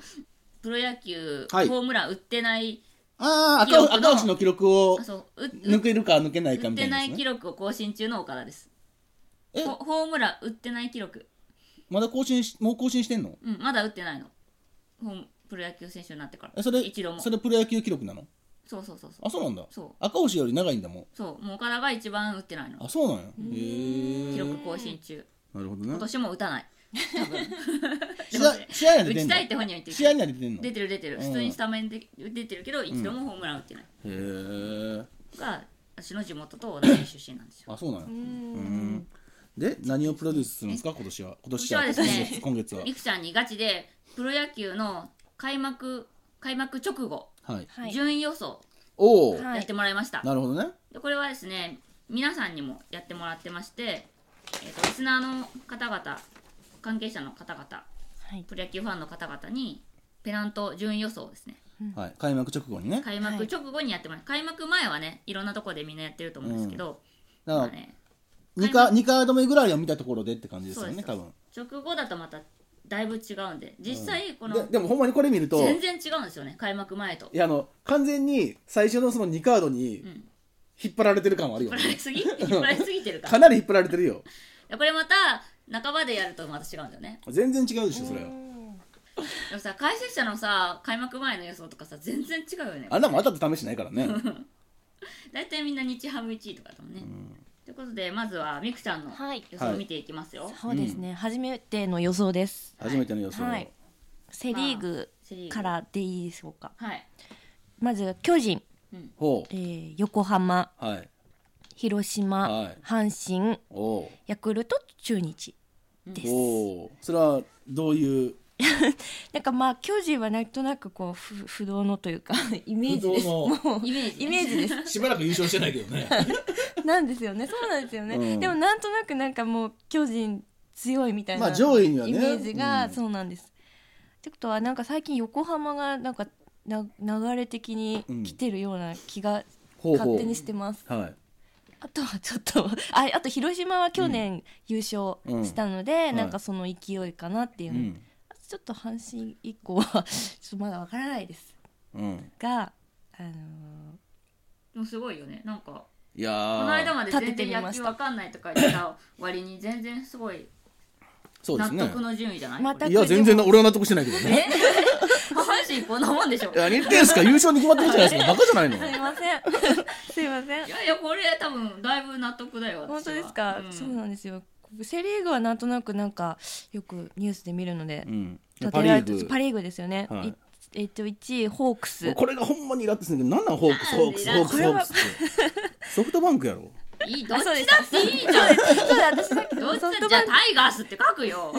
S3: プロ野球ホ
S1: はい
S3: ームラン打ってない
S1: あー赤
S3: 記録
S1: 星
S3: の
S1: 赤星の記録を
S3: あそうう
S1: 抜けるか抜けないか
S3: 打っ
S1: みた
S3: て
S1: いな
S3: な
S1: やつ
S3: い
S1: ね
S3: 記録を更新中の岡田です
S1: え
S3: ホホームラン打ってない記録
S1: まだ更新しもう更新してんの
S3: うんまだ打ってないのホームプロ野球選手になってから
S1: えそれ
S3: 一度もそ
S1: それプロ野球記録なの
S3: うそうそうそ
S1: あ
S3: う
S1: そうなんだ
S3: そう
S1: 赤星より長いんだもん
S3: そうもう岡田が一番打ってないの
S1: あそうなんやへ
S3: 記
S1: え
S3: 録更新中
S1: なるほど
S3: 今
S1: ね
S3: 年も打 たない
S1: 試合試合には
S3: 打
S1: 出て
S3: ち
S1: ん
S3: たいって
S1: の
S3: 本人は言ってるけ
S1: 試
S3: ど
S1: 合には出てんの
S3: 出てる出てる
S1: うん
S3: 普通にスタメンで出てるけど一度もホームラン打ってない、
S1: へえ
S3: が私の地元と同じ出身なんですよ
S1: あそうなんや
S2: うー。
S1: うんんで何をプロデュースするんですか今年は今年は
S3: 今年はですね
S1: 今月今
S3: りくちゃんにガチでプロ野球の開幕開幕直後、
S1: 月ははい
S2: はい。
S3: 順位予想
S1: おお
S2: はい
S3: やってもらいました、
S1: なるほどね
S3: でこれはですね皆さんにもやってもらってまして、えっとリスナーの方々関係者の方々
S2: はい。
S3: プロ野球ファンの方々にペナント順位予想をですね
S1: はい開幕直後にね
S3: 開幕直後にやってもらう、開幕前はねいろんなとこでみんなやってると思うんですけど、
S1: だ
S3: ま
S1: か
S3: あ
S1: ら
S3: ね、
S1: 2カ二カード目ぐらいを見たところでって感じですよね
S3: そ
S1: 多
S3: う
S1: 分
S3: 直後だとまただいぶ違うんで実際この、
S1: ででもほんまにこれ見ると
S3: 全然違うんですよね開幕前と
S1: いやあの完全に最初のその2カードに
S3: ん
S1: 引っ張られてる感はある
S3: 引っ
S1: よ
S3: 張
S1: ね
S3: られすぎ引っ張られすぎてるか
S1: かなり引っ張られてるよ
S3: らこれまた半ばでやるとまた違うんだよね
S1: 全然違うでしょそれは
S2: うん
S3: でもさ解説者のさ開幕前の予想とかさ全然違うよね
S1: あんなもん当たって試しないからね
S3: 大体みんな日ハム1位とかだもんね、ということでまずはみくちゃんの
S2: はい
S3: 予想を見ていきますよ、
S2: そうですね。初めての予想です。
S1: 初めての予想
S2: はい。セリーグ
S3: セリーグ
S2: からでいいでしょうか。
S3: はい
S2: まず巨人、
S1: ほ
S2: えー、横浜、
S1: うはい
S2: 広島、
S1: はい
S2: 阪神、
S1: おお
S2: ヤクルト、中日で
S1: お
S2: す。
S1: おそれはどういう
S2: なんかまあ巨人はなんとなくこう不不動のとい うかイメージです。
S1: 不動の
S2: もう
S3: イメージね
S2: イメージで す。
S1: しばらく優勝してないけどね
S2: なんですよね。そうなんですよね。
S1: うん
S2: でもなんとなくなんかもう巨人強いみたいな。
S1: まあ上位にはね
S2: イメージが、
S1: うん
S2: そうなんです。ってことはなんか最近横浜がなんかな流れ的に来てるような気が
S1: ほうほ
S2: 勝
S1: う
S2: 手にしてます。
S1: はい
S2: あとはちょっと ああと広島は去年優勝したので、
S1: うん
S2: なんかその勢いかなっていううの。
S1: ん
S2: あとちょっと阪神以降はちょっとまだわからないです
S1: うん
S2: が、あのー
S3: でもすごいよねなんか
S1: いや
S3: この間
S1: ー
S3: まで
S2: 立
S3: 全
S2: ててみ
S3: 然野
S2: まし
S3: 球
S2: た
S3: わかんないとか言ってた割に全然すごい
S1: そうで
S3: 納
S1: すね
S3: 得の順位じゃない、
S2: また
S1: いや全然な俺は納得してないけどね
S3: 下半身こんなもんでし ょ
S1: いや言ってんすか優勝に決まってるじゃないですかバカじゃないの
S2: すいません すいません
S3: いやいやこれ多分だいぶ納得だよ
S2: 本
S3: 私
S2: 当
S3: は
S2: ですか、
S3: うん
S2: そうなんですよセ・リーグはなんとなくなんかよくニュースで見るので、
S1: うん
S2: 立
S1: パ・
S2: て
S1: リ
S2: られ
S1: ー
S2: て
S1: グ
S2: パ・リーグですよね、
S1: はい
S2: いえっと1位ホークス
S1: これがほんまにイラッとするんだけど何なんホークス
S3: なんで
S1: ホークスホークス
S2: な
S1: ホ
S2: んで
S1: ークスってソフトバンクやろ
S3: いいどっ
S2: あ
S3: ち
S2: そうです
S3: だっていいじゃん
S2: そうだ私さっき
S3: どっち
S2: ソフ
S3: だ
S2: ト
S3: じゃ
S2: バ
S3: あ
S2: ン
S3: タイガースって書く よ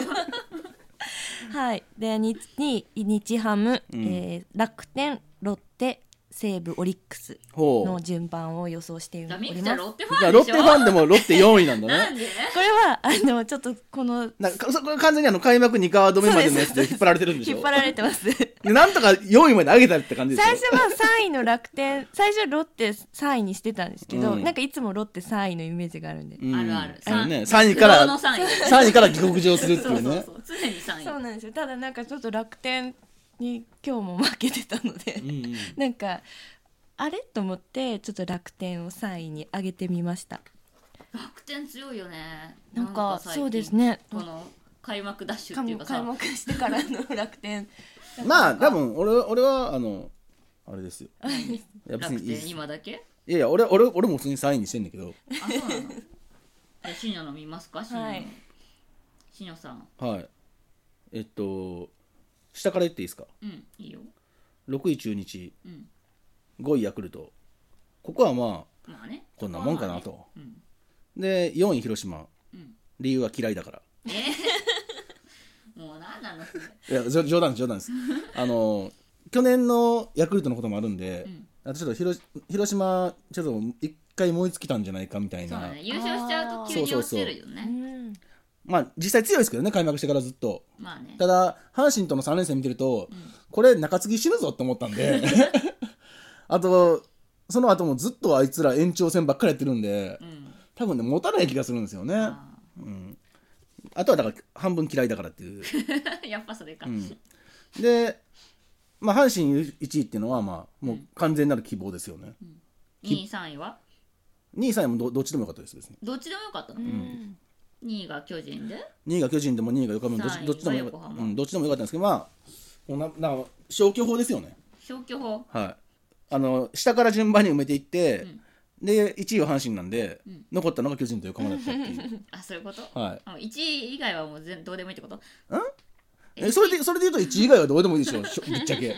S2: クはいで2位日ハム、
S1: うん
S2: えー楽天ロッテ西武オリックス
S1: ほ
S2: の順番を予想してお
S3: じゃあ
S2: り
S3: ミクちゃ
S2: ま
S3: ん
S2: す
S3: ロッテフ
S1: うじゃ
S3: ァ
S1: あ
S3: ンで
S1: ロッ
S3: し
S1: テ
S3: ょ
S1: ファンでもロッテ4位なんだ
S3: なん
S1: ね
S3: で
S2: これはあのちょっとこの
S1: なんかそこは完全にあの開幕2カード目までのやつで引っ張られてるんでし
S2: 引っ
S1: ょ
S2: 張られてます
S1: でなんとか4位まで上げたって感じでしょ
S2: 最初は3位の楽天最初ロッテ3位にしてたんですけど、
S1: うん
S2: なんかいつもロッテ3位のイメージがあるんで、
S1: うん
S3: あるある
S1: あのね、
S3: 三
S1: 3位から
S3: 不動の三位
S1: 3位から帰国上するって
S3: そ
S1: いうう
S3: そう
S1: ね
S3: そう常に三位
S2: そうなんですよただなんかちょっと楽天に今日も負けてたので、
S1: うんうん
S2: なんかあれと思ってちょっと楽天を3位に上げてみました
S3: 楽天強いよね
S2: なんか
S3: 最近
S2: そうですね
S3: この開幕ダッシュっ
S2: 開
S3: ていう
S2: 幕
S3: か
S2: 開
S3: さ
S2: 幕してからの楽 天
S1: まあ多分俺は俺はあのあれですよいや別
S3: 楽
S1: にいいです
S3: 天今だけ
S1: いやいや俺俺俺も普通に3位にしてんだけど
S3: あそうな のえシニョの見ますかシニョの、
S2: はい
S3: シニョさん
S1: はいえっと下から言っていいですか
S3: うんいいよ
S1: 6位中日
S3: うん
S1: 5位ヤクルトここはまあ
S3: まあね
S1: こんなもんかなと
S3: うん
S1: で4位広島
S3: うん
S1: 理由は嫌いだから
S3: えーもう何なのそれ
S1: いやじょ冗談です冗談ですあの去年のヤクルトのこともあるんで、
S3: うん
S1: あとちょっと広広島ちょっと一回燃え尽きたんじゃないかみたい
S3: そう
S1: な、
S3: だね優勝しちゃうと急に落ちてるよ
S2: う
S3: ね
S2: ん
S1: まあ実際強いですけどね開幕してからずっと
S3: まあね
S1: ただ阪神との3連戦見てると、
S3: ん
S1: これ中継ぎ死ぬぞって思った んであとその後もずっとあいつら延長戦ばっかりやってるんで
S3: うん
S1: 多分ね持たない気がするんですよねあ,、
S3: あ
S1: うん、あとはだから半分嫌いだからっていう
S3: ーやっぱそれか、
S1: うんで、まあ、阪神1位っていうのは、まあ、もう完全なる希望ですよね。
S3: 2位3位は
S1: 2位、3位もどどっちでもよかったです、別に。
S3: どっちでもよかったの、
S2: うん
S3: 2位が巨人で
S1: 2位が巨人でも2位が横浜でもどっ
S3: 三位
S1: ちどっちでもよか
S3: が
S1: っ
S3: 横
S1: た、う
S3: 浜
S1: ん、どっちでもよかったんですけど、まあ、こうななんか消去法ですよね。
S3: 消去法
S1: はい。あの、下から順番に埋めていって、
S3: ん
S1: で、1位は阪神なんで、
S3: ん
S1: 残ったのが巨人と横浜だったって いう。
S3: あそういうこと、
S1: はい。
S3: あ1位以外はもう全どうでもいいってこと
S1: え、それで、それで言うと1位以外はどうでもいいでしょう、しょぶっちゃ け。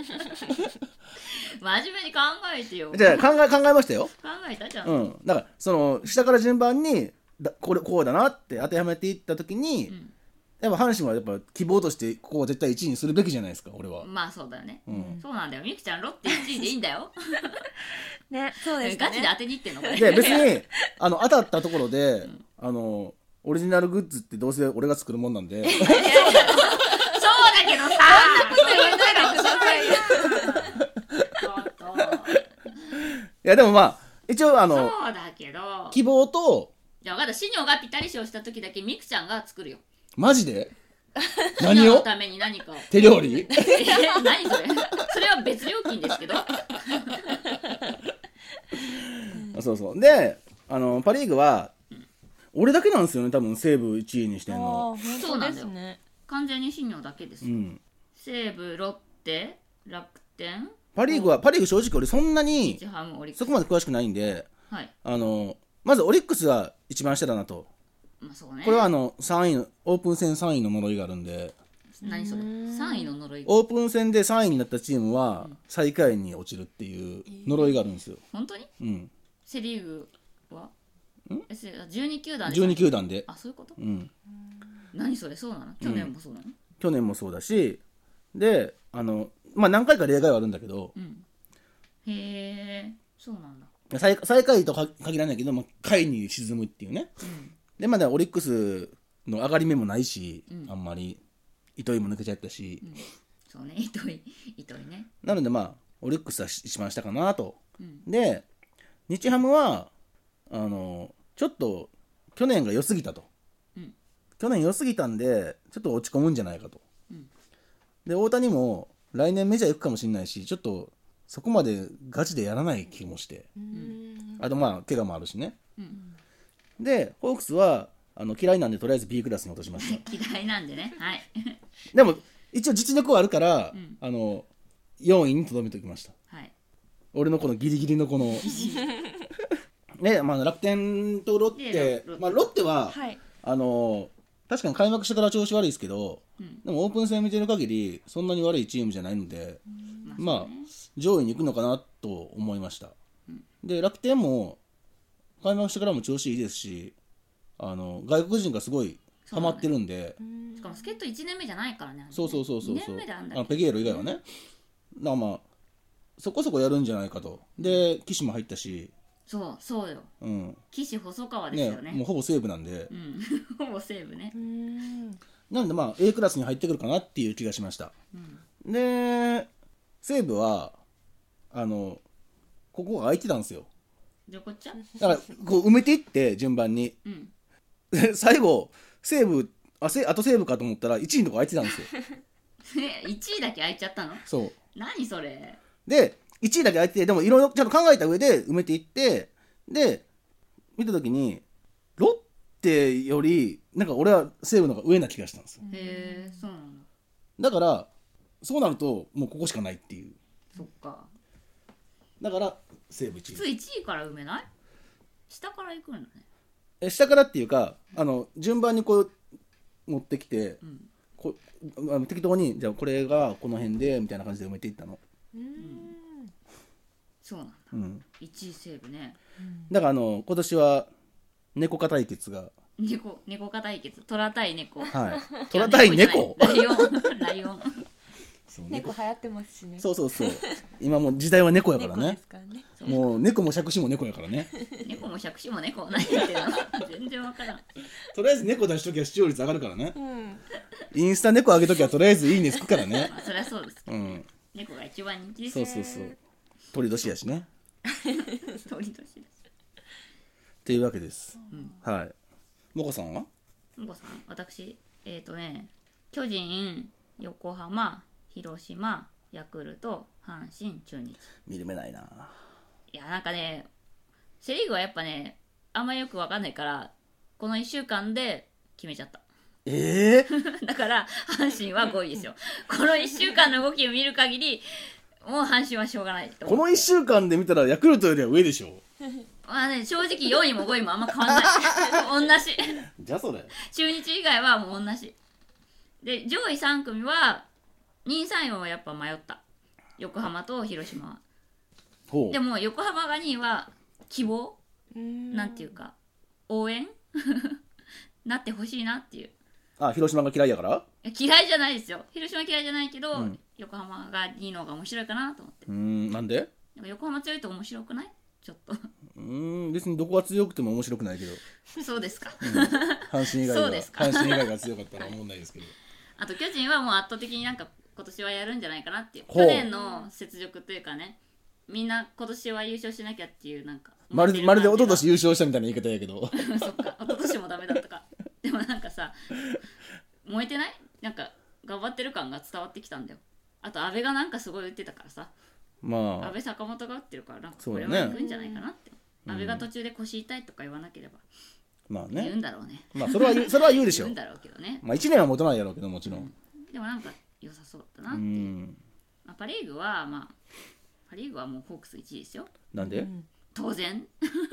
S3: 真面目に考えてよ
S1: じゃあ、考え、考えましたよ。
S3: 考えたじゃん、
S1: うん、だからその下から順番にだこれこうだなって当てはめていった時に、
S3: ん
S1: やっぱ阪神はやっぱ希望としてここを絶対1位にするべきじゃないですか俺は、
S3: まあそうだよね、
S1: うん
S3: そうなんだよみくちゃんロッテ1位でいいんだ よ
S2: ねそうですね
S3: ガチで当てにいってんのこれ
S1: で別にあの当たったところで、あのオリジナルグッズってどうせ俺が作るもんなん で
S3: そうだけどさそんなこと言
S1: いやでもまあ一応あ
S3: そう
S1: の
S3: そうだけど
S1: 希望と
S3: じゃあ分かったシニョがピタリ賞した時だけみくちゃんが作るよ
S1: マジ で
S3: シニ
S1: 何
S3: ョの
S1: を
S3: ために何かを
S1: 手料理
S3: え何それそれは別料金ですけど
S1: あ そうそうであのパ・リーグは俺だけなんですよね多分西武1位にしてん
S2: あー
S1: の。
S2: 本
S3: そう
S2: 当
S3: な
S2: で
S3: んだ
S2: す
S3: よ
S2: ね
S3: 完全にシニョだけです、
S1: うん
S3: 西武ロッテ楽天
S1: パ・リーグは、パ・リーグ正直俺そんなに
S3: 日ハムオリック
S1: そ
S3: ス
S1: こまで詳しくないんで、
S3: はい
S1: あのまずオリックスが一番下だなと、
S3: まあそうね
S1: これはあの3位のオープン戦3位の呪いがあるんで、
S3: 何それ3位の呪い
S1: オープン戦で3位になったチームは最下位に落ちるっていう呪いがあるんですよ、
S3: 本当に
S1: うん、
S3: セ・リーグはえせ12球団で
S1: 12球団で、
S3: あそういうこと
S1: うん、
S3: 何それそうなの去年もそうなの
S1: 去年もそうだし、であの、まあ、何回か例外はあるんだけど
S3: う、んへえそうなんだ
S1: 最最下位とは限らないけど、まあ、下位に沈むっていうね、
S3: ん
S1: でまだオリックスの上がり目もないし、
S3: うん
S1: あんまり糸井も抜けちゃったし。
S3: そうね 糸井糸井ね
S1: なのでまあオリックスは一番下かなと、
S3: ん
S1: で日ハムはあのちょっと去年が良すぎたと、
S3: うん
S1: 去年良すぎたんでちょっと落ち込むんじゃないかと、
S3: ん
S1: で大谷も来年メジャー行くかもしれないしちょっとそこまでガチでやらない気もして、
S2: うん
S1: あとまあ怪我もあるしね
S3: うん
S1: でホークスはあの嫌いなんでとりあえず B クラスに落としまし た
S3: 嫌いなんでねはい
S1: でも一応実力はあるから、
S3: うん
S1: あの4位にとどめておきました
S3: はい
S1: 俺のこのギリギリの このねまあ楽天とロッ
S3: で
S1: テ
S3: ロッテ
S1: まあロッテは、
S2: はい
S1: あのー確かに開幕してから調子悪いですけど
S3: うん
S1: でもオープン戦見てる限りそんなに悪いチームじゃないので、
S3: ましたね、
S1: まあ上位に行くのかなと思いました、
S3: うん
S1: で楽天も開幕してからも調子いいですしあの外国人がすごいハマってるんで
S2: うん
S3: しかも助っ人1年目じゃないからね
S1: そうそうそうそう
S3: 2
S1: そう
S3: 年目であんだ
S1: あのペゲーロ以外はねだからまあそこそこやるんじゃないかとで岸も入ったし
S3: そうそうよ
S1: うん
S3: 岸細川で
S1: ね
S3: すよね
S1: もうほぼ西武なんで、
S3: うん ほぼセーブね
S2: う、ん
S1: なんでまあ A クラスに入ってくるかなっていう気がしました
S3: うん、
S1: で西武はあのここが空いてたんですよ
S3: じゃあこっちは
S1: だからこう埋めていって順番に
S3: うん
S1: で最後西武あせあと西武かと思ったら1位のとこ空いてたんですよ
S3: え1位だけ空いちゃったの
S1: そう
S3: 何それ
S1: で1位だけ空いててでもいろいろちゃんと考えた上で埋めていってで見た時にロッテよりなんか俺は西武の方が上な気がしたんですよ
S3: へえそうなんだ
S1: だからそうなるともうここしかないっていう
S3: そっか
S1: だから西
S3: 普
S1: 武1
S3: 通
S1: 位
S3: 1位から埋めない下から行くんだね
S1: え下からっていうかあの順番にこう持ってきて
S3: うん
S1: こあの適当にじゃあこれがこの辺でみたいな感じで埋めていったの、
S2: うん
S3: そうなんだ
S1: うん、
S3: 1位セーブね
S1: だからあの今年は猫化対決が
S3: 猫猫科対決虎対猫
S1: はい 虎対猫
S3: ライオンライオン
S1: そう
S2: 猫流行ってますしね
S1: そうそうそう今もう時代は猫やから
S2: 猫
S1: ね
S2: ですからね
S3: す
S1: もう猫も杓子も猫やからね
S3: 猫も百種も猫も何言 ってるの全然わからん
S1: とりあえず猫出しときは視聴率上がるからね
S2: うん
S1: インスタ猫上げときはとりあえずいいねつくからね
S3: まあそりゃそうです
S1: うん
S3: 猫が一番人気です
S1: そ
S3: よ
S1: うそうそう鳥年やしね
S3: 鳥年だし
S1: っていうわけです
S3: うん
S1: はいモコさんは
S3: うんこさん私えっ、とね巨人横浜広島ヤクルト阪神中日
S1: 見る目ないない
S3: やなんかねセ・リーグはやっぱねあんまりよくわかんないからこの1週間で決めちゃった
S1: ええ
S3: だから阪神は5位ですよこの1週間の動きを見る限りもう阪神はしょうがないと
S1: こ
S3: 思
S1: の
S3: う
S1: 1週間で見たらヤクルトよりは上でしょ
S3: まあね正直4位も5位もあんま変わん ない同じ
S1: じゃあそれ
S3: 中日以外はもう同じで上位3組は2位3位はやっぱ迷った横浜と広島は
S1: ほ
S3: でも横浜が2位は希望なんていうか応援 なってほしいなっていう
S1: うあ広島が嫌いやから
S3: いや嫌いじゃないですよ広島嫌いじゃないけど、
S1: うん
S3: 横浜が2位の方が面白いかなと思って
S1: うーんなんで
S3: なんか横浜強いと面白くないちょっ と
S1: うーん別にどこが強くても面白くないけど
S3: そうですか
S1: 阪神以外
S3: そ
S1: が
S3: うですか
S1: 阪神以外が強かったら思んないです けど
S3: あと巨人はもう圧倒的になんか今年はやるんじゃないかなっていう
S1: ほう
S3: 去年の雪辱というかねみんな今年は優勝しなきゃっていうなんか
S1: まるでまるで一昨年
S3: し
S1: 優勝したみたいな言い方やけど
S3: そっか一昨年もダメだったかでもなんかさ燃えてないなんか頑張ってる感が伝わってきたんだよあと阿部がなんかすごい打ってたからさ阿
S1: まあ
S3: 部坂本が打ってるからなんか
S1: そう
S3: こ
S1: だ
S3: れ
S1: ね
S3: はいくんじゃないかなって、
S1: うん
S3: 阿部が途中で腰痛いとか言わなければ、
S1: まあ
S3: 言う
S1: ね
S3: んだろうね
S1: まあそれ は言うそれは言うでし
S3: 言
S1: ょ
S3: うんだろうけどね
S1: まあ1年は持たないやろうけどもちろん
S3: でもなんか良さそうだ
S1: う
S3: なっていう、
S1: ん
S3: まあ、パ・リーグはまあパ・リーグはもうホークス1位ですよ
S1: なんで
S3: 当然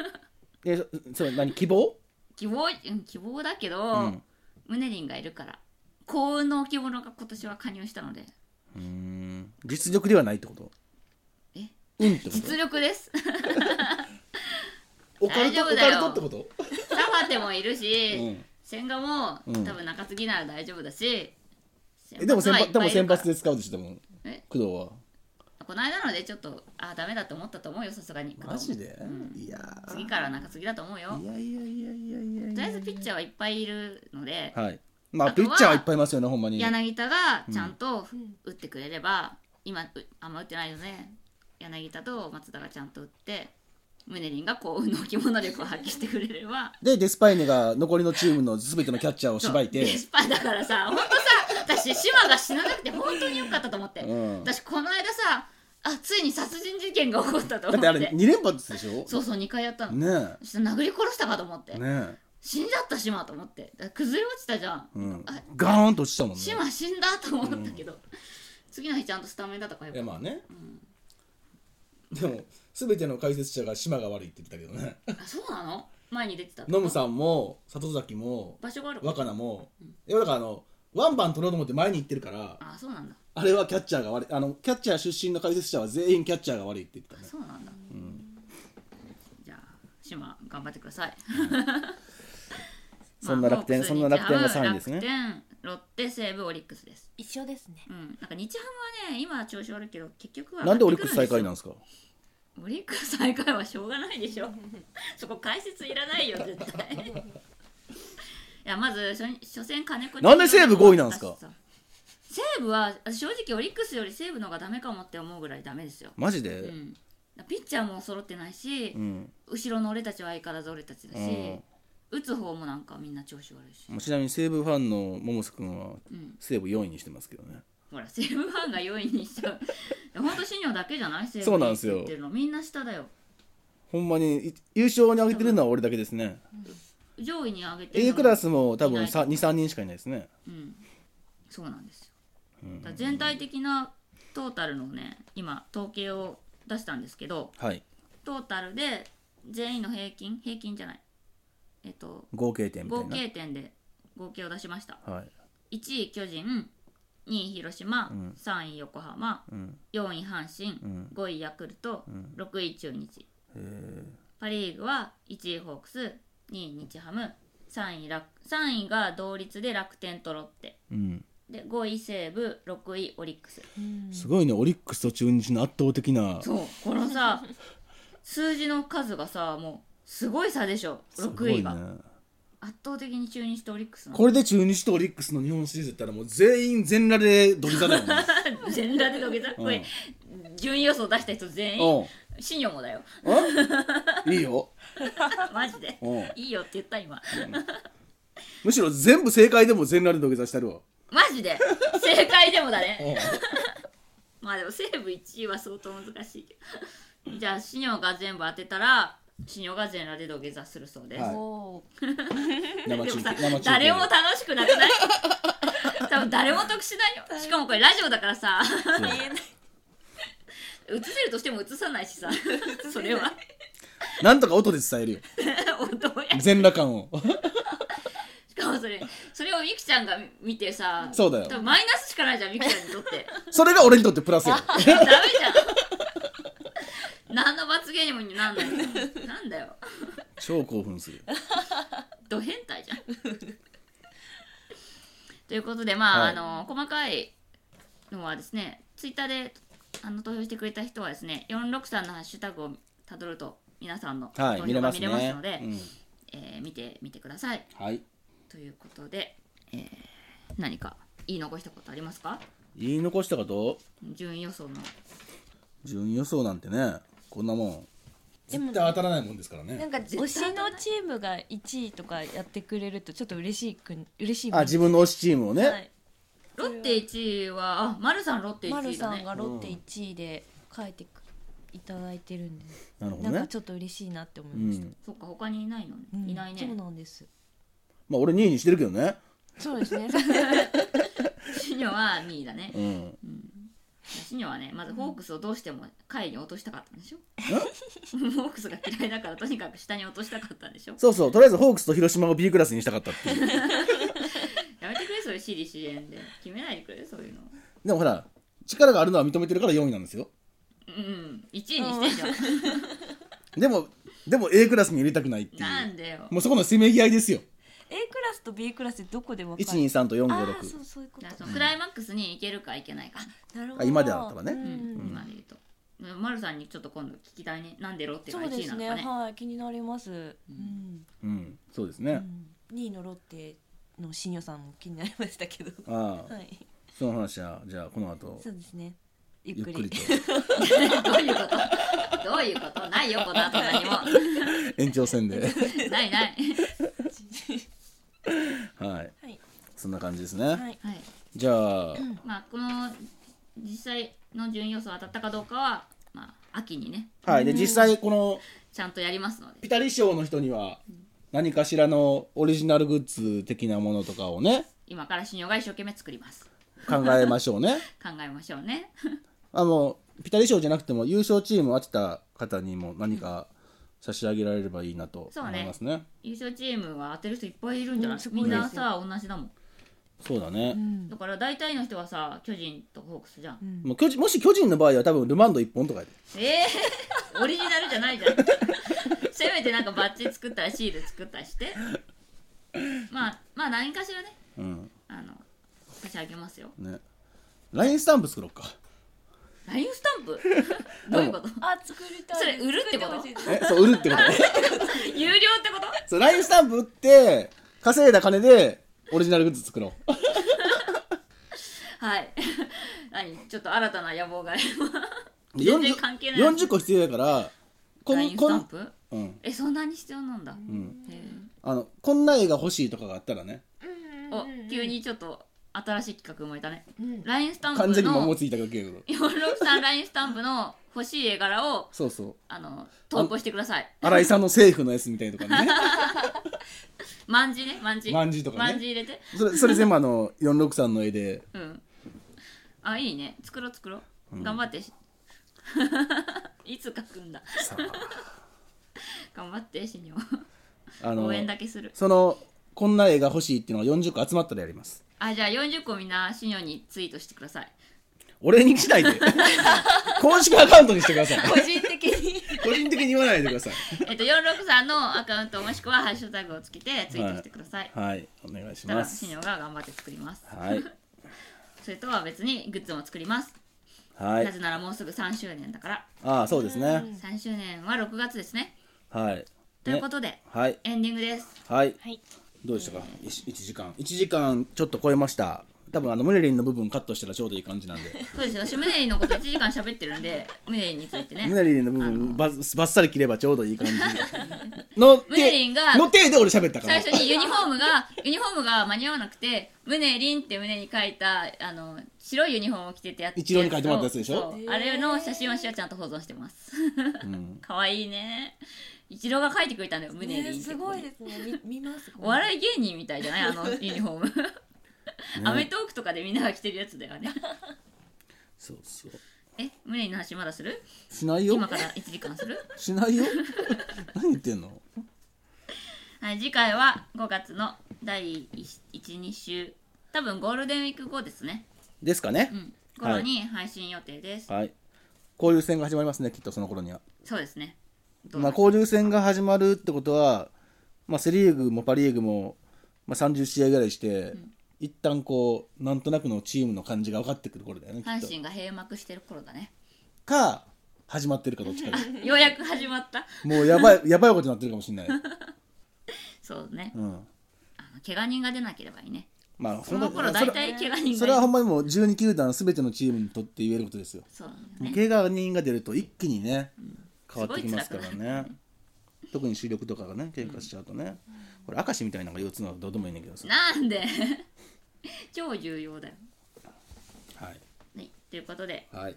S1: えそそれ何希望
S3: 希望うん希望だけど、
S1: うん
S3: ムネリンがいるから幸運の置物が今年は加入したので
S1: うーん実力ではないってこと
S3: え
S1: うんってこ
S3: 実力です
S1: とオカルト
S3: 大丈
S1: オ
S3: 夫だよ
S1: カルトってこ
S3: サファテもいる
S1: と、
S3: し、
S1: うん、
S3: 千賀も
S1: うん
S3: 多分中継ぎなら大丈夫だし、
S1: えでも先
S3: はいっ
S1: 発で
S3: ぱいい
S1: も
S3: る
S1: 先
S3: から
S1: 発で使うでしょでも
S3: え
S1: 工藤は
S3: この間のでちょっとあダメだと思ったと思うよさすがに
S1: マジで、
S3: うん
S1: いやー
S3: 次から中継ぎだと思うよ
S1: いやいやいやいやいやいや
S3: とりあえずピッチャーはいっぱいいるので
S1: はいまあ
S3: あと
S1: ピ
S3: は
S1: ッチャーはいっぱいいますよねほんまに
S3: 柳田がちゃんと
S2: うん
S3: 打ってくれれば、今うあんま打ってないよね柳田と松田がちゃんと打ってムネリンが幸運の着物力を発揮してくれれば
S1: でデスパイネが残りのチームの全てのキャッチャーをしばいて
S3: デスパだからさ本当さ私島が死ななくて本当によかったと思って、
S1: うん
S3: 私この間さあついに殺人事件が起こったと思
S1: だっ
S3: ってて
S1: あれ2連発でしょ
S3: そうそう2回やったの、
S1: ね
S3: そしたら殴り殺したかと思って、
S1: えね
S3: 死んじゃった島と思ってだから崩れ落ちたじゃん
S1: え、うん
S3: あ、
S1: ガーンと落ちたもんね
S3: 島死んだと思ったけど、次の日ちゃんとスタメンだったから
S1: いや
S3: よか
S1: まあね
S3: った、うん
S1: でも全ての解説者が島が悪いって言ってたけどね
S3: あそうなの前に出てた
S1: ノムさんも里崎も
S3: 場所がある
S1: 若菜もいやだからあのワンバン取ろうと思って前に行ってるから
S3: あそうなんだ
S1: あれはキャッチャーが悪いあのキャッチャー出身の解説者は全員キャッチャーが悪いって言ってたね
S3: そうなんだ、じゃあ島頑張ってください
S1: そんな楽天
S3: まあ
S1: そんな楽天
S3: ホーク
S1: が
S3: ス
S1: 3位ですね
S3: 日ハム楽天ロッテ西武オリックスです
S2: 一緒ですね
S3: うんなんか日ハムはね今は調子悪いけど結局は
S1: なんでオリックス最下位なん
S3: の
S1: ですか
S3: オリックス最下位はしょうがないでしょそこ解説いらないよ絶対いやまず初初戦金子
S1: なんで西武5位なんすか
S3: 西武は正直オリックスより西武の方がダメかもって思うぐらいダメですよ
S1: マジ
S3: う
S1: で
S3: ん、ピッチャーも揃ってないし、
S1: うん、
S3: 後ろの俺たちは相変わらず俺たちだし、
S1: うん
S3: 打つ方もなんかみんな調子悪いし、
S1: もうちなみに西武ファンの百瀬君は
S3: うん、
S1: 西武4位にしてますけどね
S3: ほら西武ファンが4位にしちゃう本当新庄だけじゃない西武
S1: そうなんですよ
S3: って言ってるのみんな下だよ
S1: ほんまにい優勝に上げてるのは俺だけですね
S3: 上位に上げてるの
S1: A クラスも多
S3: い
S1: 分
S3: ない
S1: 23人しかいないですね
S3: うん、そうなんですよ、だから全体的なトータルのね今統計を出したんですけど
S1: はい
S3: トータルで全員の平均平均じゃないえっと
S1: 合計点みたい
S3: 合
S1: な
S3: 計点で合計を出しました
S1: はい
S3: 1位巨人2位広島、
S1: ん
S3: 3位横浜
S1: うん
S3: 4位阪神、
S1: ん
S3: 5位ヤクルト、
S1: ん
S3: 6位中日
S1: へえ
S3: パ・リーグは1位ホークス2位日ハム3位楽3位が同率で楽天とロッテ
S1: うん
S3: で5位西武6位オリックス
S1: すごいねオリックスと中日の圧倒的な
S3: そうこのさ数字の数がさもうすごい差でしょ
S1: すご
S3: 6
S1: い
S3: 位
S1: ね
S3: が、圧倒的に中日とオリックスなの
S1: これで中日とオリックスの日本シリーズやったらもう全員全裸で土下座だよね
S3: 全裸で土下座これ、順位予想出した人全員
S1: う
S3: 信用もだよ
S1: んいいよ
S3: マジで
S1: うん
S3: いいよって言った今
S1: むしろ全部正解でも全裸で土下座したるわ
S3: マジで正解でもだね
S1: うん
S3: まあでも西武1位は相当難しいけどじゃあシニョが全部当てたらシニョが全裸で土下座するそうです、
S1: はい
S2: お
S1: 生
S3: で
S1: 中
S3: も
S1: 継
S3: さ
S1: 生中継
S3: 誰も楽しくなく ない多分誰も得しないよしかもこれラジオだからさ
S1: そう
S3: 映せるとしても映さない しさそれは
S1: なんとか音で伝えるよ
S3: どうや
S1: 全裸感を
S3: しかもそれそれをみきちゃんが見てさ
S1: そうだよ
S3: 多分マイナスしかないじゃんみきちゃんにと って
S1: それが俺にとってプラスや
S3: ダメじゃん何の罰ゲームになんないなんだよ
S1: 超興奮する
S3: ド変態じゃん ということでまあ、
S1: はい
S3: あの細かいのはですねツイッターであの投票してくれた人はですね463のハッシュタグをたどると皆さんの投
S1: はい見
S3: 票
S1: れ
S3: が
S1: ま
S3: 見
S1: す
S3: れます
S1: ね
S3: ので、
S1: うん
S3: えー見てみてください
S1: はい
S3: ということで、えー何か言い残したことありますか
S1: 言い残したこと
S3: 順位予想の
S1: 順位予想なんてねこんなもん
S2: でも
S1: 絶対当たらないもんですから
S2: ーな
S1: ね
S2: んか推し
S3: 対
S2: のチームが1位とかやってくれるとちょっと嬉しいくん嬉しいもん
S1: あ自分の推しチームをね、
S2: はい
S3: ロッテ1位はあ丸さんロッテ
S2: マ
S3: 1
S2: ル
S3: 位だ
S2: さん
S3: ね
S2: がロッテ1位で書いてくいただいてるんで、
S1: なるほど
S2: なんか
S1: ね
S2: ちょっと嬉しいなって思いうました、
S1: ん
S3: そっか他にいないのね、
S2: うん
S3: いないね
S2: そうなんです
S1: まあ俺2位にしてるけどね
S2: そうです ね
S3: シニョは2位だね
S1: うん
S3: シニョはねまずホークスをどうしても下位に落としたかったんでしょホークスが嫌いだからとにかく下に落としたかったんでしょ
S1: そうそうとりあえずホークスと広島を B クラスにしたかったっていう
S3: やめてくれそういう私利私怨で決めないでくれそういうの
S1: でもほら力があるのは認めてるから4位なんですよ
S3: うん1位にしてんじゃん
S1: でもでも A クラスに入れたくないっていう
S3: なんでよ
S1: もうそこのせめぎ合いですよ
S2: A クラスと B クラスでどこで分かる
S1: 123と
S2: ああそ
S1: 456
S2: うそういうこ
S3: だから
S2: と
S3: そのクライマックスに行けるか行けないか、
S2: なるほ
S1: あ
S2: ど
S1: 今であったわね
S2: う
S3: うんん今で言うと丸さんにちょっと今度聞きたいねなんでロッテが
S2: そう
S3: 1
S2: で
S3: 位な
S2: す
S3: の
S2: ね
S3: かね
S2: はい気になります、うん
S1: うんそうです
S2: う
S1: ね、
S2: ん、2位のロッテの新庄さんも気になりましたけど
S1: ああ
S2: はい
S1: その話はじゃあこの後
S2: そうですねゆ
S1: ゆ
S2: っ
S1: っ
S2: くり
S1: くり と
S3: どういうことどういうことないよこの後何も
S1: 延長戦 で
S3: ないない
S1: はい
S2: はい、
S1: そんな感じですね、
S2: はい、
S3: はい
S1: じゃあ
S3: まあこの実際の順位予想当たったかどうかはまあ秋にね
S1: はいで実際この
S3: ちゃんとやりますので
S1: ピタリ賞の人には何かしらのオリジナルグッズ的なものとかをね
S3: 今から新用が一生懸命作ります
S1: 考えましょうね
S3: 考えましょうね
S1: あのピタリ賞じゃなくても優勝チームを当てた方にも何か差し上げられればいいなと
S3: そう
S1: 思
S3: ね
S1: いますね
S3: 優勝チームは当てる人いっぱいいるんじゃない、
S2: うんすご
S3: み
S2: い
S3: ん
S2: ですよ
S3: なさ同じだもん
S1: そうだ
S2: う
S1: ね、
S2: ん
S3: だから大体の人はさ巨人とホークスじゃん、
S2: うん
S1: もう巨人もし巨人の場合は多分ルマンド1本とかやで
S3: えー、オ リジナルじゃないじゃんせめてなんかバッジ作ったらシール作ったりしてまあまあ何かしらね
S1: うん
S3: あの差し上げますよ
S1: ねラインスタンプ作 ろうか
S3: ラインス タンプどういうこと
S2: あ作りたい
S3: それ売るってこと
S2: 作てほしいです
S1: えそう売るってこと
S3: 有料ってこと
S1: そうラインスタンプ売って稼いだ金でオリジナルグッズ作ろう
S3: はい 何ちょっと新たな野望があれば全然関係ない
S1: 40個必要だからこ
S3: ライ
S1: ん
S3: ンス
S1: こ
S3: タン
S1: ん
S3: プ
S1: うん
S3: えそんなに必要なんだ、
S1: うん
S3: へー
S1: あのこんな絵が欲しいとかがあったらね
S2: うん
S3: お急にちょっと新しい企画生まれたね
S2: うん
S3: ラインスタンプ
S1: 完全に桃
S3: の
S1: ついただけやけど
S3: 463ラインスタンプの 欲しい絵柄を
S1: そうそう
S3: あの投稿してください
S1: 新井さんの政府のやつみたいとかね
S3: まんじねまんじ
S1: まんじとか
S3: ま
S1: ね
S3: んじ入れて
S1: それそれ全部あの463の絵で
S3: うんあいいね作ろう作ろう、
S1: ん
S3: 頑張って しいつ書くんだ
S1: さあ
S3: 頑張ってシニョ
S1: あの
S3: 応援だけする
S1: そのこんな絵が欲しいっていうのが40個集まったらやります
S3: あじゃあ40個みんなシニョにツイートしてください
S1: 俺にしないで 公式アカウントにしてください
S2: 個人的に
S1: 個人的に言わないでください
S3: えっと463のアカウントもしくはハッシュタグをつけてツイートしてください、
S1: はいお願いし
S3: たら
S1: ます
S3: シニョが頑張って作ります
S1: はい
S3: それとは別にグッズも作ります、
S1: は
S3: ないぜならもうすぐ3周年だから
S1: ああそうですね
S3: 3周年は6月ですね
S1: はい
S3: という
S1: ね
S3: ことで、
S1: はい
S3: エンディングです
S1: はい
S2: はい
S1: どうでしたか1時間1時間ちょっと超えました多分あのムネリンの部分カットしたらちょうどいい感じな んで
S3: そうですよ私ムネリンのこと1時間喋ってるんでムネリンについてね
S1: ムネリンの部分ばばっさり切ればちょうどいい感 じの
S3: ムネリンが
S1: の手で俺喋ったから
S3: 最初にユニフォームがユニフォームが間に合わなくて「胸リン」って胸に書いたあの白いユニフォームを着ててやつ
S1: 一郎に書いてもらったやつでしょ
S3: そうあれの写真をしはちゃんと保存してます
S1: うん
S3: 可愛いね一郎が書いてくれたんだよ胸リンって、
S2: ねすごいですねみ見ます
S3: お 笑い芸人みたいじゃないあ のユニフォーム、アメトーークとかでみんなが着てるやつだよね
S1: そうそう
S3: え胸リンの話まだする
S1: しないよ
S3: 今から1時間する
S1: しないよ 何言ってんの
S3: はい、次回は5月の第12週多分ゴールデンウィーク後ですね、
S1: ですかね
S3: う、ん、頃に配信予定です、
S1: はい交流戦が始まりますねきっとその頃には
S3: そうですねどう
S1: まあ交流戦が始まるってことは、まあ、セ・リーグもパ・リーグも、まあ、30試合ぐらいして、一旦こうなんとなくのチームの感じが分かってくる頃だよねきっ
S3: 阪
S1: と
S3: 神が閉幕してる頃だね
S1: か始まってるかどっちかで
S3: ようやく始まった
S1: もうやばい やばいことになってるかもしれない、
S3: そうね
S1: うん、
S3: あの怪我人が出なければいいね
S1: まあ
S3: そ
S1: そんな
S3: の頃
S1: そ
S3: 大
S1: れ
S3: 体怪我人
S1: それは
S3: が
S1: ほ
S3: いる
S1: んまにもう12球団全てのチームにとって言えることですよ
S3: そうなんだよ
S1: もう
S3: ね
S1: 怪我人が出ると一気にね、変わってきます
S3: す
S1: か
S3: ごい
S1: ら
S3: 辛く
S1: ね 特に主力とかがね喧嘩しちゃうとね、これ明石みたいなのが腰痛なのどうでもいいねんだけどさ、
S3: なんで 超重要だよ、
S1: はい
S3: はい、ということで
S1: はい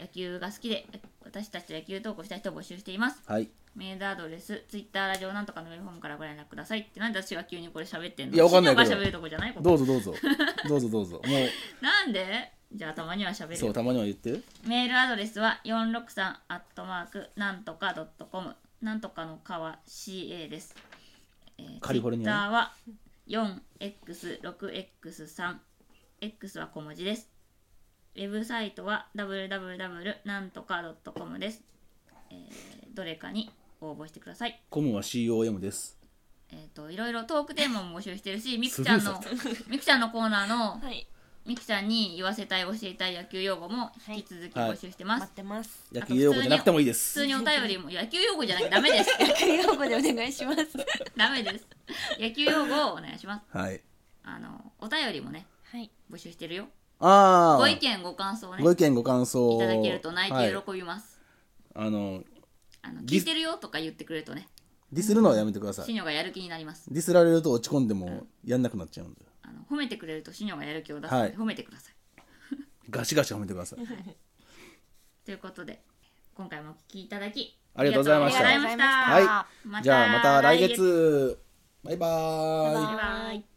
S3: 野球が好きで私たちと野球投稿した人を募集しています
S1: はい
S3: メールアドレス、ツイッター、ラジオなんとかのメールフォームからご連絡くださいって、なんで私が急にこれ喋ってんの
S1: いやわかんないけど
S3: シニョが喋るとこじゃないここ
S1: どうぞどうぞどうぞどうぞ も
S3: なんでじゃあたまには
S1: う
S3: 喋る
S1: そう
S3: よ。
S1: たまには言って
S3: メールアドレスは463アットマークなんとかドットコムなんとかの川 CA です。えー、
S1: カリフォルニア
S3: ツイッターは 4x6x3。X は小文字です。ウェブサイトは www なんとか .com です、えー。どれかに応募してください。
S1: コムは COM です
S3: えっ、といろいろトークテーマも募集してるし、みくちゃんのみくちゃんのコーナーの
S2: はい
S3: みくちゃんに言わせたい教えたい野球用語も引き続き募集してます。
S2: 待っ てます
S1: 野球用語じゃなくてもいいで
S3: 普
S1: す
S3: 通にお便りも野球用語じゃなきゃダメ です。
S2: 逆に用語でお願いし ます
S3: ダメです。野球用語をお願いします。
S1: はい
S3: あのお便りもね
S2: はい
S3: 募集してるよ。
S1: ああ
S3: ご意見ご感想をね
S1: ご意見ご感想
S3: いただけると泣い
S1: はい
S3: て喜びます。
S1: あの
S3: あの
S1: ギ
S3: 聞
S1: ス
S3: いてるよとか言ってくれるとね、
S1: ディスるのはやめてくださ
S3: シ
S1: い
S3: ニョがやる気になります。
S1: ディスられると落ち込んでもやんなくなっちゃうんで
S3: あの褒めてくれるとシニョがやる気を出すの
S1: はい
S3: で褒めてください。
S1: ガシガシ褒めてください
S3: ということで今回もお聞きいただき
S1: ありがとうござい
S3: あ
S1: ま
S3: り
S1: し
S3: がとう
S1: た
S3: ございました。
S1: はい
S3: また
S1: じゃあまた来月バイバーイ
S2: バイ
S3: バイバイ